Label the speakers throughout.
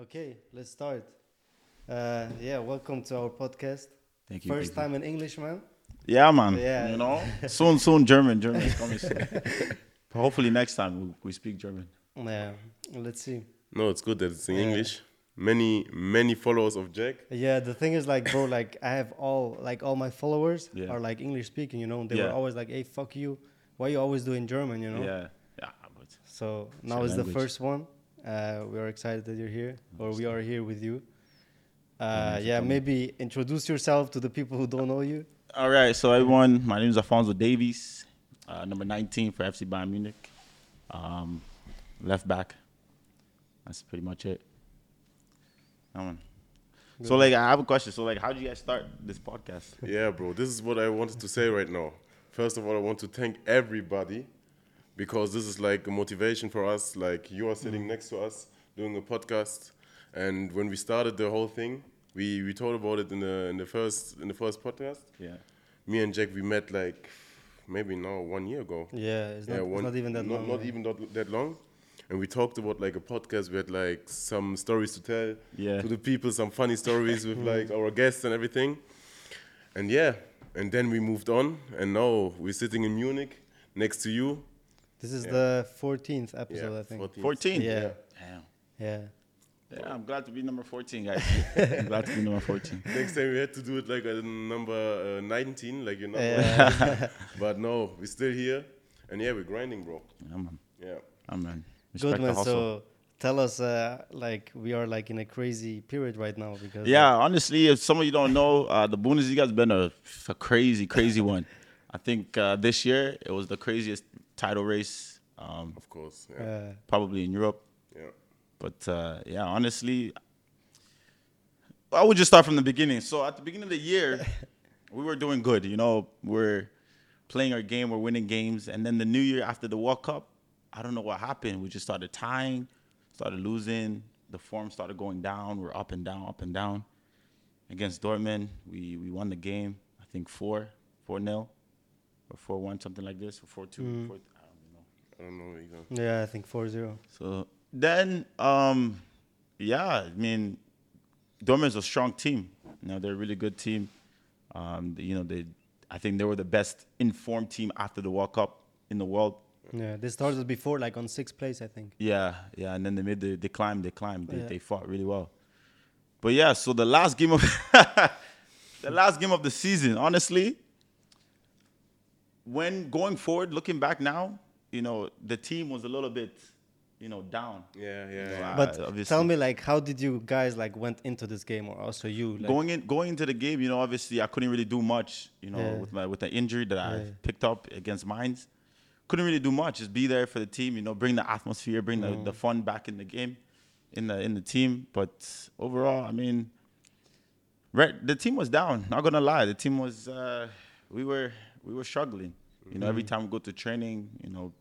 Speaker 1: Okay, let's start. Uh, yeah, welcome to our podcast.
Speaker 2: Thank you.
Speaker 1: First
Speaker 2: thank
Speaker 1: time in English, man.
Speaker 2: you. Yeah, man.
Speaker 1: Yeah.
Speaker 2: You know, soon, soon, German, German is coming soon. Hopefully next time we, we speak German.
Speaker 1: Yeah, let's see.
Speaker 3: No, it's good that it's in English. Many, many followers of Jack.
Speaker 1: Yeah, the thing is like, bro, like I have all like all my followers
Speaker 2: Yeah.
Speaker 1: are like English speaking, you know. They were
Speaker 2: Yeah.
Speaker 1: always like, "Hey, fuck you. Why you always doing German?" You know.
Speaker 2: Yeah, yeah, but
Speaker 1: So now
Speaker 2: your
Speaker 1: is the
Speaker 2: language.
Speaker 1: first one. Uh, we are excited that you're here, or we are here with you. Uh, yeah, maybe introduce yourself to the people who don't know you.
Speaker 2: all right. So everyone, my name is Alfonso Davies, uh, number 19 for FC Bayern Munich, um, left back. That's pretty much it. That one. So like, I have a question. So like, how did you guys start this podcast?
Speaker 3: Yeah, bro, this is what I wanted to say right now. First of all, I want to thank everybody because this is like a motivation for us. Like you are sitting next to us doing a podcast, and when we started the whole thing, we we talked about it in the in the first in the first podcast.
Speaker 2: Yeah.
Speaker 3: Me and Jack we met like maybe now one year ago.
Speaker 1: Yeah, it's not,
Speaker 3: yeah,
Speaker 1: it's
Speaker 3: one-
Speaker 1: not even that
Speaker 3: not,
Speaker 1: long.
Speaker 3: Not
Speaker 1: yeah.
Speaker 3: even that, that long. And we talked about like a podcast. We had like some stories to tell
Speaker 2: Yeah.
Speaker 3: to the people, some funny stories with
Speaker 1: Mm.
Speaker 3: like our guests and everything. And yeah, and then we moved on, and now we're sitting in Munich next to you.
Speaker 1: This is
Speaker 3: Yeah.
Speaker 1: the 14th episode,
Speaker 3: Yeah,
Speaker 1: I think.
Speaker 3: 14.
Speaker 2: 14.
Speaker 1: Yeah.
Speaker 2: Damn.
Speaker 1: Yeah.
Speaker 2: Yeah, I'm glad to be number 14, guys. I'm glad to be number 14.
Speaker 3: Next time we had to do it like at number uh, 19, like you know.
Speaker 1: Yeah.
Speaker 3: but no, we're still here, and yeah, we're grinding, bro.
Speaker 2: Yeah, man.
Speaker 3: Yeah.
Speaker 2: Yeah, Oh, man. Respect
Speaker 1: Good
Speaker 2: the
Speaker 1: man.
Speaker 2: hustle.
Speaker 1: So tell us, uh, like, we are like in a crazy period right now because
Speaker 2: Yeah, honestly, if some of you don't know, uh, the Bundesliga has been a, a crazy, crazy one. I think uh, this year it was the craziest title race, um,
Speaker 3: Of course.
Speaker 1: like,
Speaker 3: Yeah.
Speaker 1: uh,
Speaker 2: probably in Europe.
Speaker 3: Yeah.
Speaker 2: But uh, yeah, honestly, I would just start from the beginning. So at the beginning of the year, we were doing good. You know, we're playing our game, we're winning games, and then the new year after the World Cup, I don't know what happened. We just started tying, started losing. The form started going down. We're up and down, up and down. Against Dortmund, we we won the game. I think four, four nil, or four one, something like this, or four two. Four, I don't know.
Speaker 3: I don't know. Either.
Speaker 1: yeah, I think 4 0.
Speaker 2: So then, um, yeah, I mean, Dortmund's a strong team. You know, they're a really good team. Um, you know, they, I think they were the best informed team after the World Cup in the world.
Speaker 1: Yeah, they started before, like, on sixth place, I think.
Speaker 2: Yeah, yeah, and then they made the, they climbed, they climbed, they,
Speaker 1: Yeah.
Speaker 2: they fought really well. But yeah, so the last game of the last game of the season, honestly, when going forward, looking back now, you know, the team was a little bit, you know, down.
Speaker 3: Yeah, yeah, yeah.
Speaker 2: Wow.
Speaker 1: But
Speaker 2: Uh, obviously.
Speaker 1: tell me, like, how did you guys, like, went into this game or also you? Like,
Speaker 2: going in going into the game, you know, obviously I couldn't really do much, you know,
Speaker 1: Yeah.
Speaker 2: with my with the injury that I
Speaker 1: Yeah.
Speaker 2: picked up against Mines. Couldn't really do much. Just be there for the team, you know, bring the atmosphere, bring the, the
Speaker 1: Mm.
Speaker 2: fun back in the game, in the in the team. But overall, I mean, right, the team was down. Not gonna lie, the team was uh, we were we were struggling. You know, every time we go to training, you know,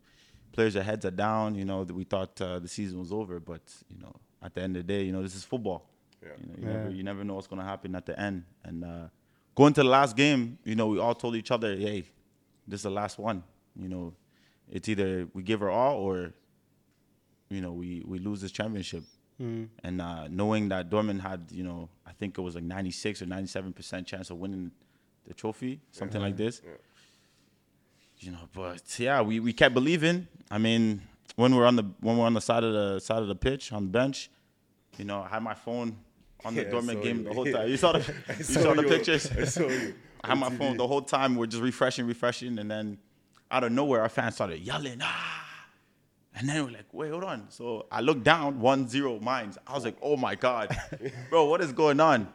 Speaker 2: players' their heads are down. You know, we thought uh, the season was over, but you know, at the end of the day, you know, this is football.
Speaker 3: Yeah.
Speaker 2: You know, you,
Speaker 1: Yeah.
Speaker 2: never, you never know what's gonna happen at the end. And uh, going to the last game, you know, we all told each other, "Hey, this is the last one." You know, it's either we give her all or, you know, we we lose this championship. And uh, knowing that Dortmund had, you know, I think it was like 96 or 97 percent chance of winning the trophy, something like this. You know, but yeah, we, we kept believing. I mean, when we're on the when we're on the side of the side of the pitch on the bench, you know, I had my phone on the
Speaker 3: Yeah, I
Speaker 2: Dortmund
Speaker 3: saw
Speaker 2: game
Speaker 3: you.
Speaker 2: the whole time. You saw the you saw,
Speaker 3: saw
Speaker 2: the
Speaker 3: you.
Speaker 2: pictures.
Speaker 3: I saw you.
Speaker 2: I had
Speaker 3: On
Speaker 2: my
Speaker 3: TV.
Speaker 2: phone the whole time. We're just refreshing, refreshing, and then out of nowhere, our fans started yelling, ah. And then we're like, wait, hold on. So I looked down, one zero mines. I was like, oh my God, bro, what is going on?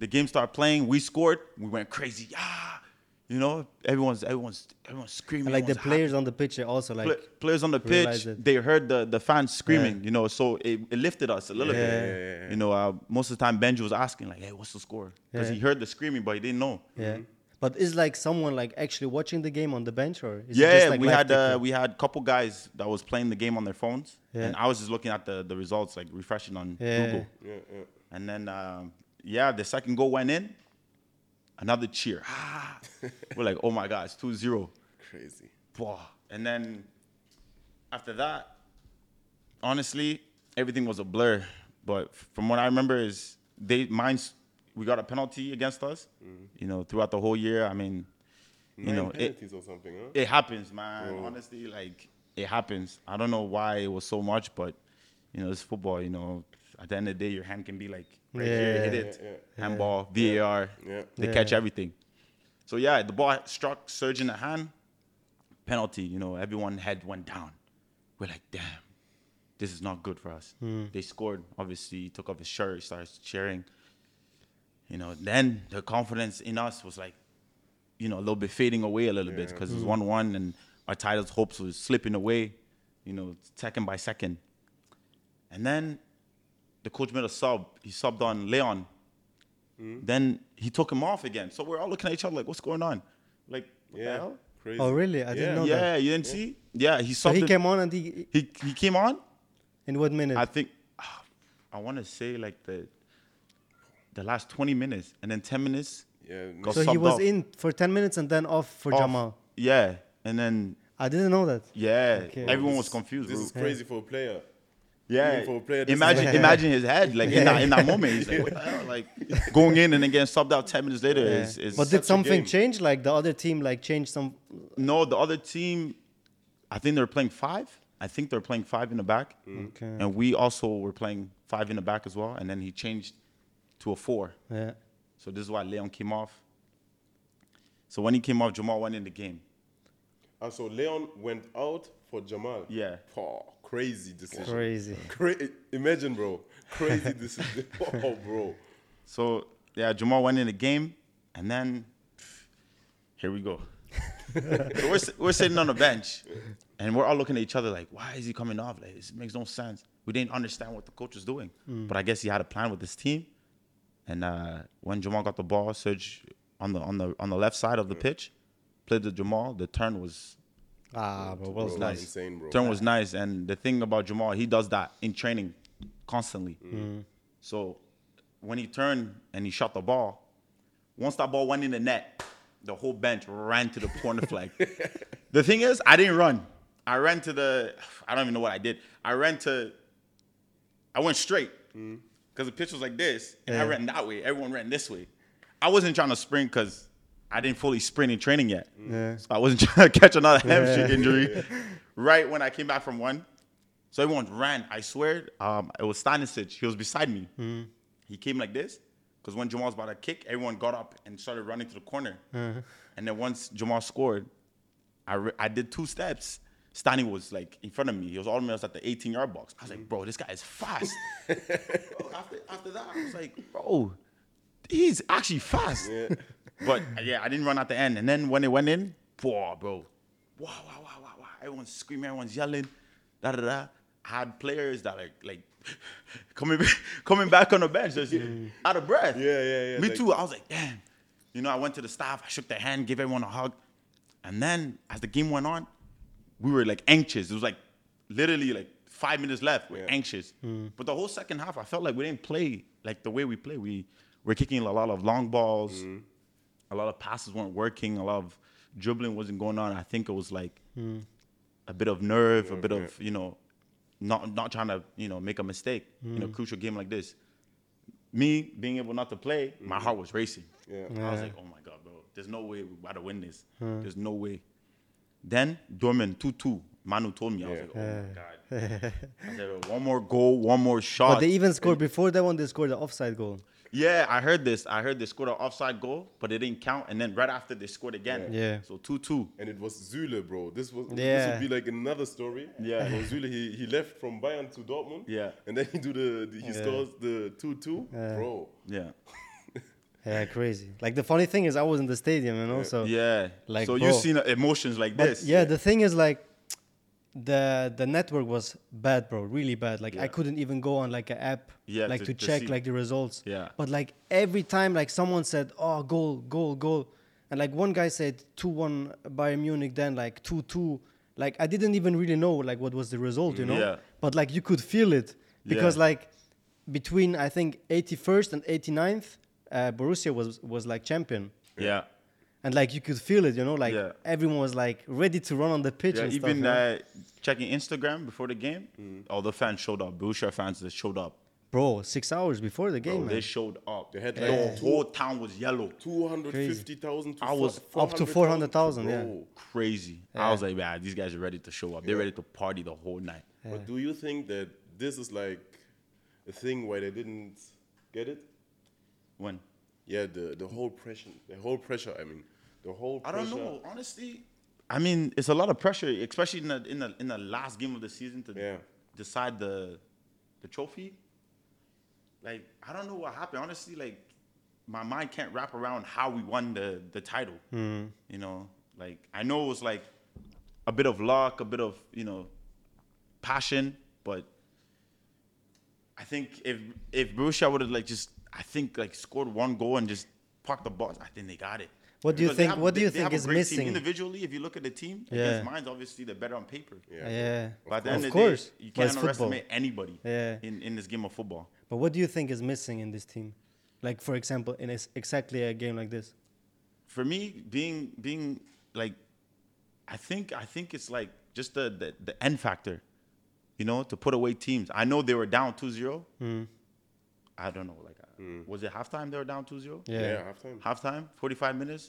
Speaker 2: The game started playing. We scored. We went crazy. Ah, you know, everyone's everyone's everyone's screaming.
Speaker 1: and, like, the
Speaker 2: everyone's happy
Speaker 1: players on the pitch are also, like,
Speaker 2: pla- players on the
Speaker 1: realize
Speaker 2: pitch,
Speaker 1: it.
Speaker 2: they heard the, the fans screaming, you know, so it, it lifted us a little
Speaker 1: Yeah.
Speaker 2: bit.
Speaker 1: Yeah,
Speaker 3: yeah, yeah.
Speaker 2: You know, uh, most of the time Benji was asking, like, hey, what's the score? Because
Speaker 1: Yeah.
Speaker 2: he heard the screaming, but he didn't know.
Speaker 1: yeah. But is, like, someone, like, actually watching the game on the bench or is it
Speaker 2: yeah,
Speaker 1: just, like,
Speaker 2: we
Speaker 1: live
Speaker 2: had
Speaker 1: ticker?
Speaker 2: uh, we had a couple guys that was playing the game on their phones,
Speaker 1: Yeah.
Speaker 2: and I was just looking at the, the results, like refreshing on
Speaker 1: Yeah.
Speaker 2: Google.
Speaker 3: Yeah, yeah.
Speaker 2: And then, um, yeah, the second goal went in. Another cheer. Ah. We're like, oh my God, it's 2 0.
Speaker 3: Crazy.
Speaker 2: Wow. And then after that, honestly, everything was a blur. But from what I remember is they mine's we got a penalty against us.
Speaker 1: Mm-hmm.
Speaker 2: You know, throughout the whole year. I mean, you
Speaker 3: Nine
Speaker 2: know, it,
Speaker 3: penalties or something, huh?
Speaker 2: it happens, man.
Speaker 3: Bro.
Speaker 2: Honestly, like it happens. I don't know why it was so much, but you know, it's football. You know, at the end of the day, your hand can be like right here, hit
Speaker 1: Yeah.
Speaker 2: it,
Speaker 3: Yeah,
Speaker 2: handball, VAR.
Speaker 3: Yeah.
Speaker 2: They
Speaker 1: Yeah.
Speaker 2: catch everything. So yeah, the ball struck Surge in the hand. Penalty. You know, everyone head went down. We're like, damn, this is not good for us.
Speaker 3: Mm.
Speaker 2: They scored. Obviously, he took off his shirt, starts cheering. You know, then the confidence in us was like you know, a little bit fading away a little bit because it was
Speaker 1: Mm-hmm.
Speaker 2: one one and our titles hopes was slipping away, you know, second by second. And then the coach made a sub. He subbed on Leon.
Speaker 1: Mm-hmm.
Speaker 2: Then he took him off again. So we're all looking at each other like, what's going on? Like, what the
Speaker 3: Yeah.
Speaker 2: hell?
Speaker 3: Crazy.
Speaker 1: Oh, really? I didn't
Speaker 3: Yeah.
Speaker 1: know that.
Speaker 2: Yeah, you didn't see? Yeah, he subbed.
Speaker 1: So he
Speaker 2: him-
Speaker 1: came on and he,
Speaker 2: he, he came on.
Speaker 1: in what minute?
Speaker 2: I think ah, I want to say like the the last 20 minutes and then 10 minutes.
Speaker 3: Yeah.
Speaker 2: Got
Speaker 1: so he
Speaker 2: subbed
Speaker 1: was
Speaker 2: off.
Speaker 1: in for 10 minutes and then off for
Speaker 2: Off.
Speaker 1: Jamal.
Speaker 2: Yeah, and then
Speaker 1: I didn't know that.
Speaker 2: yeah,
Speaker 1: Okay.
Speaker 2: everyone
Speaker 3: This-
Speaker 2: was confused.
Speaker 3: This
Speaker 2: bro.
Speaker 3: is crazy for a player.
Speaker 2: Yeah.
Speaker 3: Even for a player, this is
Speaker 2: imagine
Speaker 1: like-
Speaker 2: imagine his head like in, that, in that moment. He's like, what the hell? like going in and then getting subbed out ten minutes later is, is
Speaker 1: But did
Speaker 2: such a
Speaker 1: something
Speaker 2: game.
Speaker 1: change? Like the other team, like changed some?
Speaker 2: No, the other team, I think they're playing five. I think they're playing five in the back.
Speaker 3: Mm.
Speaker 1: Okay.
Speaker 2: And we also were playing five in the back as well. And then he changed to a four.
Speaker 1: Yeah.
Speaker 2: So this is why Leon came off. So when he came off, Jamal went in the game.
Speaker 3: Ah, so Leon went out for Jamal.
Speaker 2: Yeah.
Speaker 3: Poh, crazy decision.
Speaker 1: Crazy.
Speaker 3: Cra- imagine, bro. Crazy decision. oh, bro.
Speaker 2: So yeah, Jamal went in the game, and then here we go. so we're, si- we're sitting on the bench, and we're all looking at each other like, "Why is he coming off? Like, this makes no sense." We didn't understand what the coach was doing, but I guess he had a plan with his team. And uh, when Jamal got the ball, Serge on the on the on the left side of the pitch played to Jamal. The turn was
Speaker 1: Ah, bro, well
Speaker 3: Bro,
Speaker 1: done.
Speaker 2: nice.
Speaker 3: insane, bro.
Speaker 2: Turn was nice, and the thing about Jamal, he does that in training, constantly.
Speaker 1: Mm.
Speaker 2: So when he turned and he shot the ball, once that ball went in the net, the whole bench ran to the corner flag. The thing is, I didn't run. I ran to the. I don't even know what I did. I ran to. I went straight because the pitch was like this, and I
Speaker 1: Mm. Yeah.
Speaker 2: ran that way. Everyone ran this way. I wasn't trying to sprint because I didn't fully sprint in training yet.
Speaker 1: Yeah.
Speaker 2: So I wasn't trying to catch another hamstring
Speaker 1: Yeah.
Speaker 2: injury right when I came back from one. So everyone ran. I swear, um, it was Stanisic. He was beside me. He came like this because when Jamal was about to kick, everyone got up and started running to the corner. And then once Jamal scored, I, re- I did two steps. Stani was like in front of me. He was almost at the 18 yard box. I was like, bro, this guy is fast. Bro, after, after that, I was like, bro, he's actually fast.
Speaker 3: Yeah.
Speaker 2: But uh, yeah, I didn't run at the end. And then when it went in, whoa, bro. Wow, wow, wow, wow, wow. Everyone's screaming, everyone's yelling, da da da. I had players that are like coming back, coming back on the bench, just out of breath.
Speaker 3: Yeah, yeah, yeah,
Speaker 2: Me
Speaker 3: like-
Speaker 2: too. I was like, damn. You know, I went to the staff, I shook their hand, gave everyone a hug. And then as the game went on, we were like anxious. It was like literally like five minutes left. We're
Speaker 3: Yeah. Hmm.
Speaker 2: anxious. But the whole second half, I felt like we didn't play like the way we play. We were kicking a lot of long balls.
Speaker 3: Hmm.
Speaker 2: A lot of passes weren't working. A lot of dribbling wasn't going on. I think it was like a bit of nerve, a bit
Speaker 3: Hmm. yeah.
Speaker 2: of you know, not not trying to you know make a mistake in
Speaker 1: Mm.
Speaker 2: a crucial game like this. Me being able not to play,
Speaker 1: Mm-hmm.
Speaker 2: my heart was racing.
Speaker 3: Yeah.
Speaker 2: I was like, oh my god, bro, there's no way we're about to win this. There's no way. Then Dorman two two. Manu told me, I was
Speaker 3: Yeah.
Speaker 2: like, oh my god. I said, "Oh, one more goal, one more shot.
Speaker 1: But they even scored before that one. They scored the offside goal.
Speaker 2: Yeah, I heard this. I heard they scored an offside goal, but it didn't count. And then right after they scored again.
Speaker 1: Yeah. Yeah.
Speaker 2: So two two.
Speaker 3: And it was Zule, bro. This was this
Speaker 1: Yeah.
Speaker 3: would be like another story.
Speaker 2: Yeah.
Speaker 3: Well, Zule, he, he left from Bayern to Dortmund.
Speaker 2: Yeah.
Speaker 3: And then he do the, the he scores the two two, bro.
Speaker 2: Yeah.
Speaker 1: Yeah, crazy. Like the funny thing is, I was in the stadium, you know. So
Speaker 2: Yeah.
Speaker 1: Like,
Speaker 2: so
Speaker 1: bro.
Speaker 2: you've seen uh, emotions like
Speaker 1: But
Speaker 2: this.
Speaker 1: yeah, the thing is like the the network was bad, bro, really bad. Like I
Speaker 2: Yeah.
Speaker 1: couldn't even go on like an app,
Speaker 2: Yeah,
Speaker 1: like to,
Speaker 2: to- to
Speaker 1: check
Speaker 2: see.
Speaker 1: like the results.
Speaker 2: Yeah.
Speaker 1: But like every time, like someone said, "Oh, goal, goal, goal," and like one guy said two one Bayern Munich, then like two two. Like I didn't even really know like what was the result, you know.
Speaker 2: Yeah.
Speaker 1: But like you could feel it because
Speaker 2: Yeah.
Speaker 1: like between I think 81st and 89th, uh, Borussia was was like champion
Speaker 2: Yeah.
Speaker 1: and like you could feel it, you know, like
Speaker 2: Yeah.
Speaker 1: everyone was like ready to run on the pitch.
Speaker 2: Yeah,
Speaker 1: and
Speaker 2: even
Speaker 1: stuff, yeah.
Speaker 3: Mm.
Speaker 2: uh, checking Instagram before the game, all the fans showed up. Borussia fans that showed up.
Speaker 1: bro, six hours before the game.
Speaker 2: Bro, they
Speaker 1: man.
Speaker 2: showed up.
Speaker 3: They had
Speaker 2: the
Speaker 3: like two-
Speaker 2: whole town was yellow.
Speaker 3: Two hundred fifty thousand.
Speaker 2: I was
Speaker 1: up to 400,000, yeah.
Speaker 2: Crazy. I was like, man, these guys are ready to show up. They're ready to party the whole night.
Speaker 3: But do you think that this is like a thing why they didn't get it?
Speaker 2: When?
Speaker 3: Yeah, the the whole pressure, the whole pressure. I mean, the whole.
Speaker 2: I
Speaker 3: Pressure,
Speaker 2: don't know. Honestly, I mean, it's a lot of pressure, especially in the in the in the last game of the season to
Speaker 3: Yeah.
Speaker 2: decide the the trophy. Like, I don't know what happened. Honestly, like my mind can't wrap around how we won the the title. You know, like I know it was like a bit of luck, a bit of you know passion, but I think if if Borussia would have like just I think like scored one goal and just parked the ball, I think they got it.
Speaker 1: What do you
Speaker 2: Because they
Speaker 1: think-
Speaker 2: have-
Speaker 1: what do
Speaker 2: they-
Speaker 1: you
Speaker 2: they have
Speaker 1: think
Speaker 2: a
Speaker 1: is
Speaker 2: great team.
Speaker 1: missing?
Speaker 2: individually? If you look at the team,
Speaker 1: Yeah.
Speaker 2: against mine's obviously they're better on paper.
Speaker 1: yeah.
Speaker 2: But at the
Speaker 1: Of
Speaker 2: end of
Speaker 1: course,
Speaker 2: the day, you
Speaker 1: but it's
Speaker 2: can't
Speaker 1: football.
Speaker 2: underestimate anybody
Speaker 1: Yeah.
Speaker 2: in, in this game of football.
Speaker 1: But what do you think is missing in this team? Like, for example, in ex- exactly a game like this.
Speaker 2: for me being being like i think i think it's like just the the, the end factor you know to put away teams i know they were down 2-0 i don't know like uh, was it halftime they were down 2-0
Speaker 1: Yeah.
Speaker 3: Yeah, halftime.
Speaker 2: halftime 45 minutes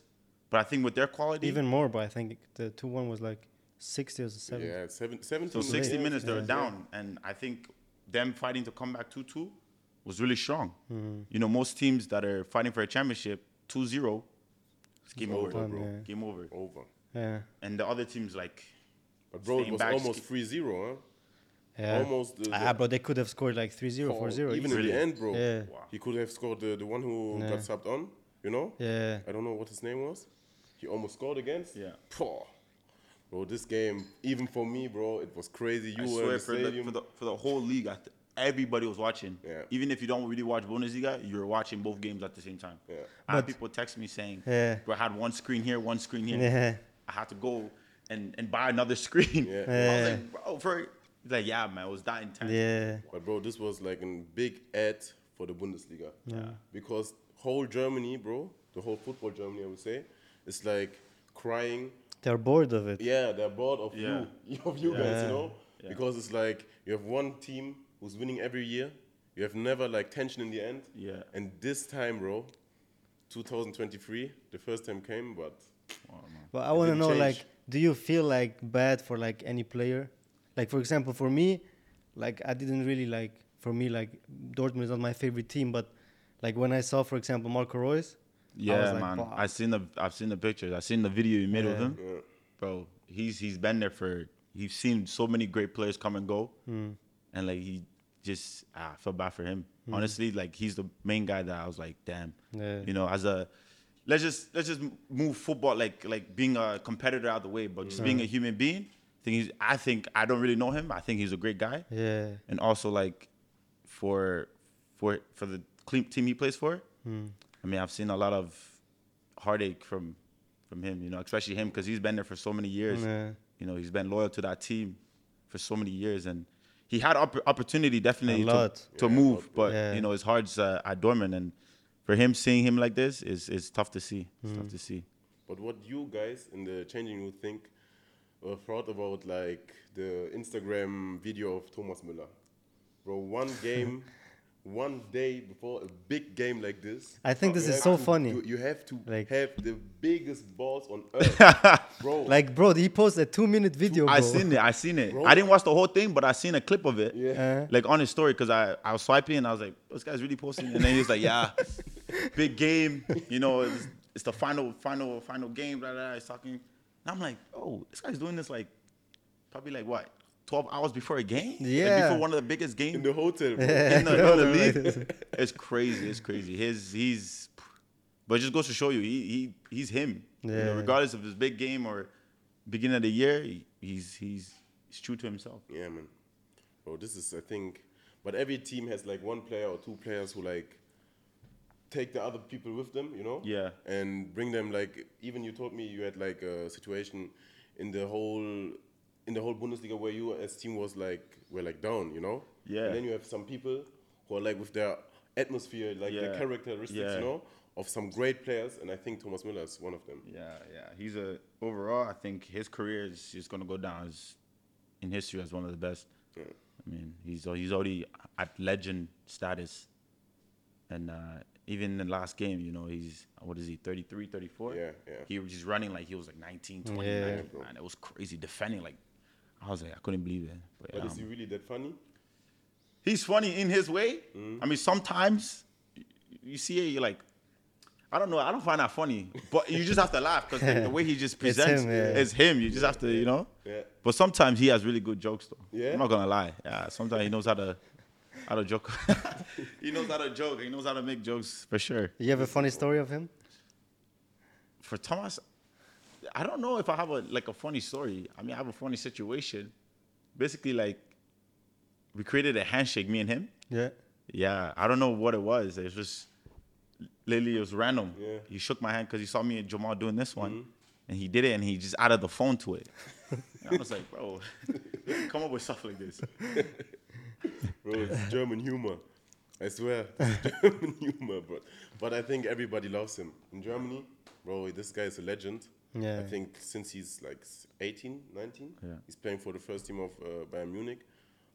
Speaker 2: but i think with their quality
Speaker 1: Even more, but I think the 2 1 was like 60 or 70.
Speaker 3: Yeah, seven, 17
Speaker 2: so 60
Speaker 3: minutes.
Speaker 2: minutes they were down and i think them fighting to come back 2-2 was really strong you know most teams that are fighting for a championship 2-0 it's game over,
Speaker 3: over,
Speaker 2: bro
Speaker 1: yeah.
Speaker 2: game over
Speaker 3: Over.
Speaker 1: Yeah.
Speaker 2: and the other teams like
Speaker 3: But bro,
Speaker 2: Staying
Speaker 3: it was
Speaker 2: back,
Speaker 3: almost
Speaker 2: sk-
Speaker 3: 3-0, huh?
Speaker 1: Yeah.
Speaker 3: Almost. The,
Speaker 1: Ah, but they could have scored like 3 0,
Speaker 3: the-
Speaker 1: 4 0.
Speaker 3: Even in the end, bro.
Speaker 1: Yeah.
Speaker 2: Wow.
Speaker 3: He could have scored the, the one who
Speaker 1: Yeah.
Speaker 3: got subbed on. You know.
Speaker 1: Yeah.
Speaker 3: I don't know what his name was. He almost scored against.
Speaker 2: Yeah.
Speaker 3: Phew. Bro, this game, even for me, bro, it was crazy. You
Speaker 2: I
Speaker 3: were in the
Speaker 2: swear for the,
Speaker 3: stadium.
Speaker 2: for the for the whole league, I th- everybody was watching.
Speaker 3: Yeah.
Speaker 2: Even if you don't really watch Bundesliga, you're watching both games at the same time.
Speaker 3: Yeah.
Speaker 2: I had people text me saying,
Speaker 1: Yeah.
Speaker 2: "Bro, I had one screen here, one screen here.
Speaker 1: Yeah.
Speaker 2: I had to go and, and buy another screen."
Speaker 3: Yeah.
Speaker 2: I was
Speaker 1: Yeah.
Speaker 2: like, "Bro, for he's like yeah, man, it was that intense."
Speaker 1: Yeah.
Speaker 3: But bro, this was like a big ad for the Bundesliga. Yeah. Because whole Germany, bro, the whole football Germany, I would say, is like crying.
Speaker 1: They're bored of it.
Speaker 3: Yeah, they're bored of
Speaker 2: Yeah.
Speaker 3: you, of you guys,
Speaker 1: Yeah.
Speaker 3: you know, because it's like you have one team who's winning every year. You have never like tension in the end.
Speaker 2: Yeah.
Speaker 3: And this time, bro, 2023, the first time came, but
Speaker 1: But I want to
Speaker 3: didn't
Speaker 1: know,
Speaker 3: change.
Speaker 1: like, do you feel like bad for like any player? Like, for example, for me, like I didn't really like. For me, like Dortmund is not my favorite team, but like when I saw, for example, Marco Reus, I was
Speaker 2: Yeah,
Speaker 1: like,
Speaker 2: man.
Speaker 1: "Wow."
Speaker 2: I seen the I've seen the pictures. I seen the video you made with
Speaker 1: Yeah.
Speaker 2: him, bro. He's he's been there for. He's seen so many great players come and go,
Speaker 1: Hmm.
Speaker 2: and like he just ah, I felt bad for him. Honestly, like he's the main guy that I was like, damn.
Speaker 1: Hmm. Yeah.
Speaker 2: You know, as a let's just let's just move football like like being a competitor out the way, but just
Speaker 1: Hmm.
Speaker 2: being a human being. I think he's. I think I don't really know him. I think he's a great guy
Speaker 1: yeah,
Speaker 2: and also like for for for the clean team he plays for.
Speaker 1: Hmm.
Speaker 2: I mean, I've seen a lot of heartache from from him, you know, especially him because he's been there for so many years.
Speaker 1: Yeah.
Speaker 2: You know, he's been loyal to that team for so many years, and he had opp- opportunity definitely
Speaker 1: A
Speaker 2: to,
Speaker 1: lot.
Speaker 2: to move, but
Speaker 1: Yeah.
Speaker 2: you know, his heart's uh, at dormant, and for him seeing him like this is is tough to see. It's
Speaker 1: Hmm.
Speaker 2: tough to see.
Speaker 3: But what you guys in the changing room think uh, thought about like the Instagram video of Thomas Müller? Bro, one game, one day before a big game like this. uh,
Speaker 1: I think
Speaker 3: you
Speaker 1: this is
Speaker 3: have
Speaker 1: so
Speaker 3: to-
Speaker 1: funny.
Speaker 3: You, you have to
Speaker 1: Like-
Speaker 3: have the biggest balls on earth, bro.
Speaker 1: like bro, he posted a two-minute video. Bro.
Speaker 2: I seen it. I seen it.
Speaker 3: Bro.
Speaker 2: I didn't watch the whole thing, but I seen a clip of it.
Speaker 3: Yeah.
Speaker 1: Uh-huh.
Speaker 2: Like on his story, cause I, I was swiping and I was like, this guy's really posting. And then he was like, yeah, big game. You know, it's, it's the final, final, final game. Blah, blah, blah. He's talking. And I'm like, oh, this guy's doing this like, probably like what, 12 hours before a game? Like,
Speaker 1: Yeah.
Speaker 2: before one of the biggest games
Speaker 3: in the hotel, bro.
Speaker 2: in the,
Speaker 1: Yeah,
Speaker 2: in the
Speaker 1: right.
Speaker 2: league. It's crazy. It's crazy. His he's, but it just goes to show you, he he he's him. You know,
Speaker 1: Yeah.
Speaker 2: regardless of his big game or beginning of the year, he, he's he's he's true to himself.
Speaker 3: Yeah, man. Bro, this is I think, but every team has like one player or two players who like take the other people with them, you know?
Speaker 2: Yeah.
Speaker 3: And bring them like even you told me you had like a situation in the whole in the whole Bundesliga where you as team was like were like down, you know?
Speaker 2: Yeah.
Speaker 3: And then you have some people who are like with their atmosphere, like their
Speaker 2: Yeah.
Speaker 3: characteristics,
Speaker 2: Yeah.
Speaker 3: you know, of some great players, and I think Thomas Müller is one of them.
Speaker 2: Yeah, yeah. He's a overall. I think his career is just gonna go down as in history as one of the best. I mean, he's al- he's already at legend status, and uh, even in the last game, you know, he's what is he, 33, 34?
Speaker 3: Yeah, yeah.
Speaker 2: He was just running like he was like 19, 20,
Speaker 1: Yeah.
Speaker 2: 19, man, it was crazy defending. Like, I was like, I couldn't believe it. But, um,
Speaker 3: But
Speaker 2: yeah,
Speaker 3: is he really that funny?
Speaker 2: he's funny in his way.
Speaker 1: Mm-hmm.
Speaker 2: I mean, sometimes y- you see it, you're like, I don't know, I don't find that funny, but you just have to laugh because the way he just
Speaker 1: It's
Speaker 2: presents
Speaker 1: him, yeah.
Speaker 2: is him. You just have to, you know.
Speaker 3: Yeah.
Speaker 2: But sometimes he has really good jokes, though.
Speaker 3: Yeah?
Speaker 2: I'm not gonna lie. Yeah, sometimes he knows how to, how to joke. he knows how to joke. He knows how to make jokes for sure.
Speaker 1: You have a funny story of him?
Speaker 2: For Thomas, I don't know if I have a like a funny story. I mean, I have a funny situation. Basically, like we created a handshake, me and him.
Speaker 1: Yeah.
Speaker 2: Yeah, I don't know what it was. It was just literally it was random.
Speaker 3: Yeah.
Speaker 2: He shook my hand because he saw me and Jamal doing this one, and he did it, and he just added the phone to it. And I was like, bro, come up with stuff like this.
Speaker 3: Bro, it's German humor. I swear, it's German humor, bro. But I think everybody loves him. In Germany, bro, this guy is a legend.
Speaker 1: Yeah.
Speaker 3: I think since he's like s- 18, 19,
Speaker 2: Yeah.
Speaker 3: he's playing for the first team of uh, Bayern Munich.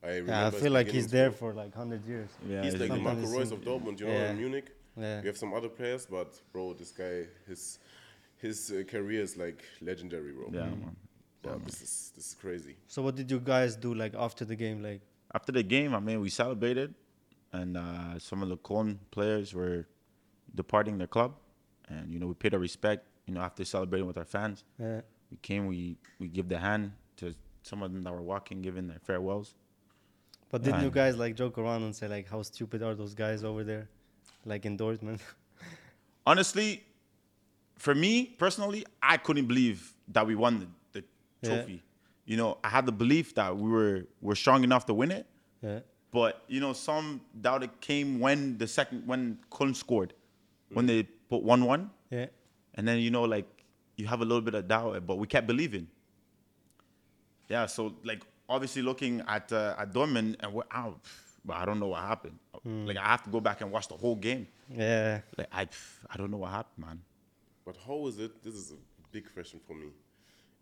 Speaker 3: I, remember
Speaker 1: Yeah, I
Speaker 3: his
Speaker 1: feel like he's
Speaker 3: beginnings,
Speaker 1: there for like 100 years.
Speaker 2: Yeah,
Speaker 3: He's
Speaker 2: it's
Speaker 3: like the
Speaker 2: like-
Speaker 1: sometimes
Speaker 3: Marco
Speaker 1: it's
Speaker 3: Reus
Speaker 1: in-
Speaker 3: of Dortmund, you know,
Speaker 1: yeah.
Speaker 3: in Munich.
Speaker 1: Yeah.
Speaker 3: We have some other players, but bro, this guy, his his uh, career is like legendary, bro.
Speaker 2: yeah,
Speaker 1: Mm.
Speaker 2: man.
Speaker 3: Wow, this is this is crazy.
Speaker 1: So what did you guys do like after the game? Like,
Speaker 2: After the game, I mean, we celebrated, and uh, some of the Cologne players were departing their club, and you know we paid our respect. You know, after celebrating with our fans,
Speaker 1: yeah,
Speaker 2: we came, we we give the hand to some of them that were walking, giving their farewells.
Speaker 1: but didn't you
Speaker 2: Man.
Speaker 1: guys like joke around and say like, how stupid are those guys over there, like in Dortmund?
Speaker 2: honestly, for me personally, I couldn't believe that we won the, the
Speaker 1: Yeah.
Speaker 2: trophy. You know, I had the belief that we were were strong enough to win it,
Speaker 1: yeah,
Speaker 2: but you know, some doubt it came when the second when Köln scored, when they put one one,
Speaker 1: yeah,
Speaker 2: and then you know, like you have a little bit of doubt, but we kept believing. Yeah, so like obviously looking at uh, at Dortmund and we're out, but I don't know what happened. Like I have to go back and watch the whole game.
Speaker 1: yeah.
Speaker 2: Like I I don't know what happened, man.
Speaker 3: But how is it? This is a big question for me.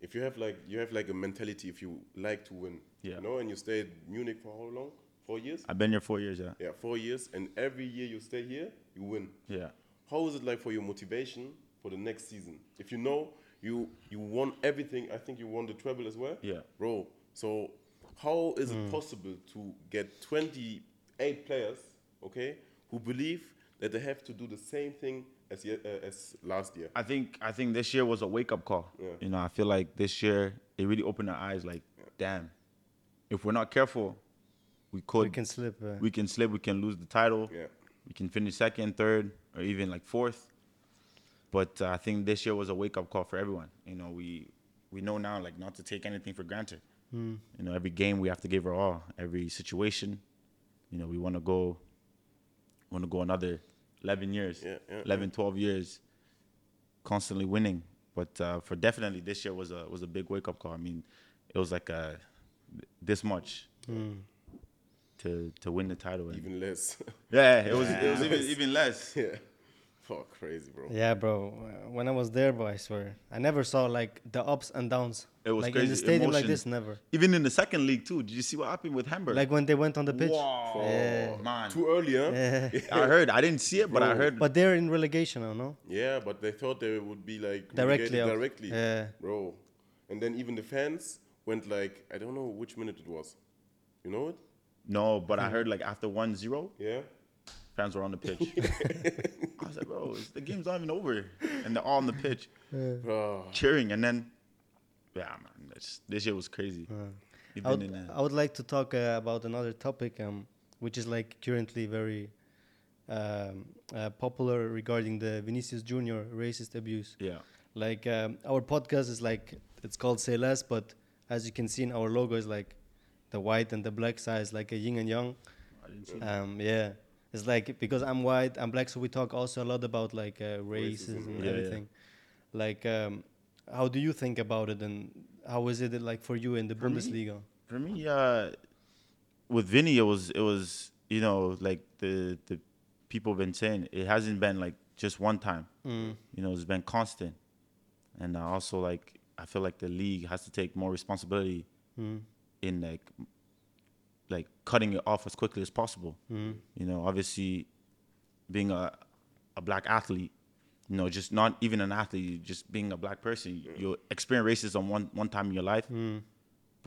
Speaker 3: If you have like you have like a mentality, if you like to win,
Speaker 2: Yeah.
Speaker 3: you know, and you stay at Munich for how long? Four years.
Speaker 2: I've been here four years, yeah.
Speaker 3: Yeah, four years, and every year you stay here, you win.
Speaker 2: Yeah.
Speaker 3: How is it like for your motivation for the next season? If you know you you won everything, I think you won the treble as well.
Speaker 2: Yeah. Hmm.
Speaker 3: bro. So how is it possible to get 28 players, okay, who believe that they have to do the same thing as ye- uh, as last year?
Speaker 2: I think I think this year was a wake up call.
Speaker 3: Yeah.
Speaker 2: You know, I feel like this year it really opened our eyes. Like, damn, if we're not careful, we could
Speaker 1: We can slip. Uh,
Speaker 2: we can slip, we can lose the title,
Speaker 3: Yeah.
Speaker 2: we can finish second, third, or even like fourth. But uh, I think this year was a wake up call for everyone. You know, we we know now like not to take anything for granted. You know, every game we have to give our all. Every situation, you know, we want to go, want to go another eleven years,
Speaker 3: Yeah, yeah, yeah.
Speaker 2: eleven, twelve 11, 12 years, constantly winning. But uh, for definitely this year was a was a big wake up call. I mean, it was like uh th- this much to to win the title. and-
Speaker 3: Even less.
Speaker 2: yeah, it was it was even even less.
Speaker 3: yeah. Fuck, crazy, bro.
Speaker 1: yeah, bro. uh, When I was there, bro, I swear, I never saw like the ups and downs.
Speaker 2: It was
Speaker 1: like in
Speaker 2: crazy.
Speaker 1: the stadium like
Speaker 2: Emotion.
Speaker 1: this, never.
Speaker 2: Even in the second league too. Did you see what happened with Hamburg?
Speaker 1: Like when they went on the pitch.
Speaker 2: Wow,
Speaker 1: Yeah.
Speaker 2: man.
Speaker 3: Too early, huh?
Speaker 1: Yeah.
Speaker 2: I heard. I didn't see it, but I heard.
Speaker 1: But they're in relegation now, no?
Speaker 3: Yeah, but they thought they would be like
Speaker 1: Directly
Speaker 3: relegated
Speaker 1: out.
Speaker 3: directly,
Speaker 1: Yeah.
Speaker 3: bro. And then even the fans went like, I don't know which minute it was. You know it?
Speaker 2: no, but I heard like after 1-0,
Speaker 3: Yeah.
Speaker 2: fans were on the pitch. I was like, bro, it's- the game's not even over, and they're all on the pitch
Speaker 3: Bro,
Speaker 2: cheering, and then, yeah, man, this this shit was crazy.
Speaker 1: I
Speaker 2: Even in
Speaker 1: would,
Speaker 2: a,
Speaker 1: I would like to talk uh, about another topic, um, which is like currently very um, uh, popular regarding the Vinicius Junior racist abuse.
Speaker 2: yeah,
Speaker 1: Like um, our podcast is like it's called Say Less, but as you can see in our logo is like the white and the black side is like a yin and yang.
Speaker 2: I didn't see.
Speaker 1: Um, yeah, it's like because I'm white, I'm black, so we talk also a lot about like uh, racism and
Speaker 2: yeah.
Speaker 1: everything. Like, um, how do you think about it, and how is it like for you in the
Speaker 2: me?
Speaker 1: Bundesliga?
Speaker 2: For me, uh, with Vinny, it was it was you know like the the people been saying it hasn't been like just one time. You know, it's been constant, and uh, also like I feel like the league has to take more responsibility in like like cutting it off as quickly as possible. You know, obviously, being a a black athlete, you know, just not even an athlete, just being a black person, you experience racism one one time in your life.